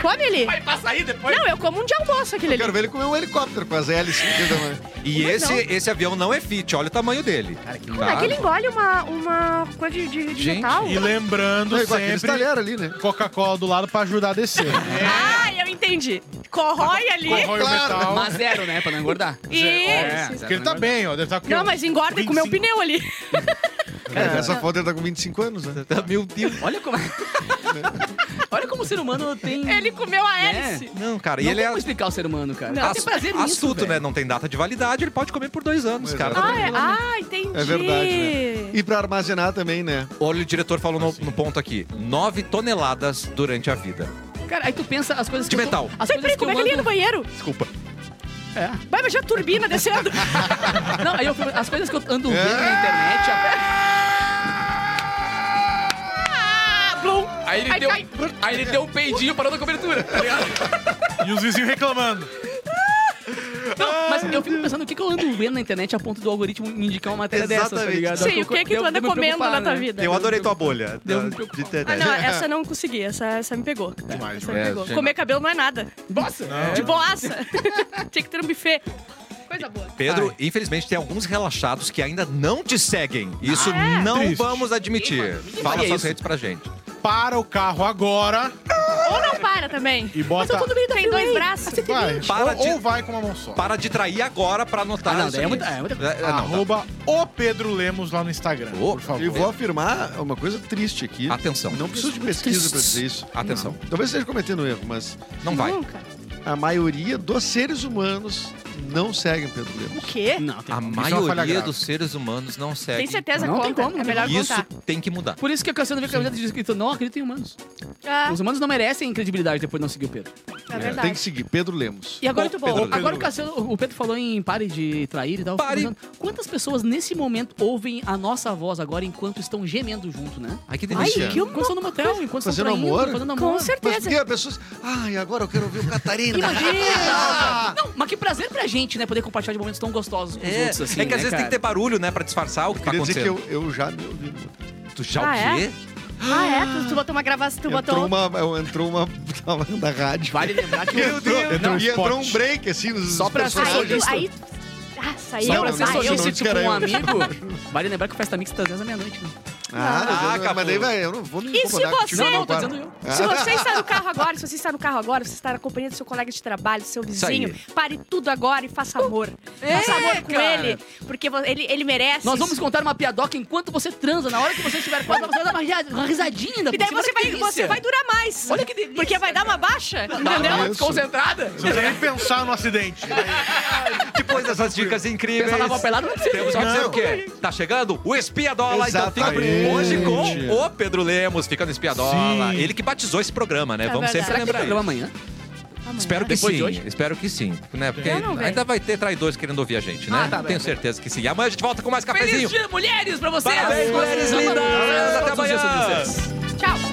come ali. Vai passar aí depois. Não, eu como um de almoço aquele Eu ali. quero ver ele comer um helicóptero com as hélices. entendeu, mano? é E Mas esse, não. esse avião não é fit, olha o tamanho dele. Como é que ele engole uma, uma coisa de, de, de Gente, metal? E lembrando É igual aqueles sempre, talheres ali, né? Coca-Cola do lado pra ajudar a descer. Ah, eu entendi. Corrói ali. Corrói o Claro. metal. Mas zero, né? Pra não engordar. É, né? Isso. Porque ele tá bem, ó. Deve tá com Não, mas engorda e comeu o 25. pneu ali. Essa foto ele tá com 25 anos, né? É. Meu Deus. Olha como. é. Olha como o ser humano tem. Ele comeu a hélice. Não, cara, e Não tem ele é como explicar o ser humano, cara. Não. Ele tem prazer nisso, astuto, velho. né? Não tem data de validade, ele pode comer por dois anos, Pois cara. é. Tá Ah, é- tranquilo. ah, entendi. É verdade, né? E pra armazenar também, né? Olha, o diretor falou no, no ponto aqui: nove toneladas durante a vida. Cara, aí tu pensa as coisas De que. eu- metal. As Sempre, coisas que como é eu que É. ele ia no ando... banheiro? Desculpa. Vai baixar a turbina descendo. Não, aí eu fico- as coisas que eu ando vendo na internet. a- ah, Blum. Aí ele, Ai, deu, cai. aí ele deu um peidinho parando a cobertura, tá ligado? E os vizinhos reclamando. Não, mas eu fico pensando o que, que eu ando vendo na internet a ponto do algoritmo me indicar uma matéria dessa, tá Exatamente. ligado? Sim, o que é que tu anda comendo na né? tua vida? Eu adorei tua bolha. Deu um da- pouco. de Ah, internet. não, essa eu não consegui. Essa, essa me pegou. Demais, Essa me É, pegou. gente. Comer cabelo não é nada. Nossa! De boaça. Tinha que ter um buffet. Coisa boa. Pedro, infelizmente, tem alguns relaxados que ainda não te seguem. Isso Ah, é? não Triste. vamos admitir. Fala faria suas isso? redes pra gente. Para o carro agora Ou não para também. e bota. Tem dois braços. Vai, Para ou, de- ou vai com uma mão só. Para de trair agora pra anotar. Ah, não, isso daí é aqui. muita- é muita É, é, não, tá. Arroba o Pedro Lemos lá no Instagram, Ô, por favor. E vou afirmar uma coisa triste aqui. Atenção. Não preciso de pesquisa pra dizer isso. Atenção. Talvez esteja cometendo um erro, mas Ah. Não vai. Nunca. a maioria dos seres humanos não seguem Pedro Lemos. O quê? Não, tem A uma falha maioria grave. dos seres humanos não segue. Tem certeza Não que tem conta? como, é não melhor E isso contar. tem que mudar. Por isso que a Cassiano veio com a camiseta de escrito, não acredito em humanos. Ah, Os humanos não merecem credibilidade depois de não seguir o Pedro. é Tem verdade. que seguir Pedro Lemos. E agora, Bom, Pedro, Pedro. agora o, Cassiano, o Pedro falou em pare de trair e tal. Pare. Fernando, Quantas pessoas nesse momento ouvem a nossa voz agora enquanto estão gemendo junto, né? Ai, que Ai, delícia. que enquanto estão no motel, enquanto estão Fazendo traindo, amor? fazendo amor. Com Mas certeza. porque a pessoa. Ai, agora eu quero ouvir o Catarina. Imagina! Não, mas que prazer pra gente, né? Poder compartilhar de momentos tão gostosos com os É, outros, assim, é que às vezes tem que ter barulho, né, pra disfarçar o que tá Queria dizer acontecendo. que eu, eu já me ouvi. muito. Tu já Ah, o é? quê? Ah, é? Tu, tu botou uma gravação, tu Entrou botou... uma, eu- entrou uma. Tava na rádio. Vale lembrar que... Meu Deus! Entrou um e entrou spot. um break, assim, nos Só pra nos ser Aí, personagens. tu, solista. aí... Ah, saiu. Só Não, pra não, ser não, não solícito com descarei. um amigo, vale lembrar que o Festa Mix transmite à meia-noite, né? Ah, Ah, não, mas daí, velho, eu não vou me E se incomodar você- contigo, Não, tá não, tô para. dizendo eu. Se você está no carro agora, se você está no carro agora, se você está na companhia do seu colega de trabalho, do seu vizinho, pare tudo agora e faça amor. faça amor com cara. ele, porque vo- ele, ele merece. Nós isso. vamos contar uma piadoca enquanto você transa. Na hora que você estiver quase, você vai dar uma ria- uma risadinha ainda. E por daí cima. você Olha vai, que você delícia. vai durar mais. Olha que delícia, Porque vai dar uma baixa, Entendeu? entendeu? Ah, Isso. Desconcentrada. Não precisa nem pensar no acidente. Depois dessas dicas incríveis. Pensar tá na mão pelada não é precisa. Temos que dizer o quê? Tá chegando o Espiadola, então fica Exatamente. hoje com o Pedro Lemos, fica no Espiadola. Sim. Ele que batizou esse programa, né? É Vamos verdade. sempre Será que tem lembrar programa ele. amanhã? Espero que Ah, Depois de sim, hoje? espero que sim, né? Porque Eu não vejo. ainda vai ter traidores querendo ouvir a gente, né? Ah, tá bem, Tenho bem. certeza que sim. Amanhã a gente volta com mais Feliz cafezinho. dia, mulheres, pra vocês! Parabéns, mulheres lindas! Até Todos os dias são amanhã! dezesseis. Tchau.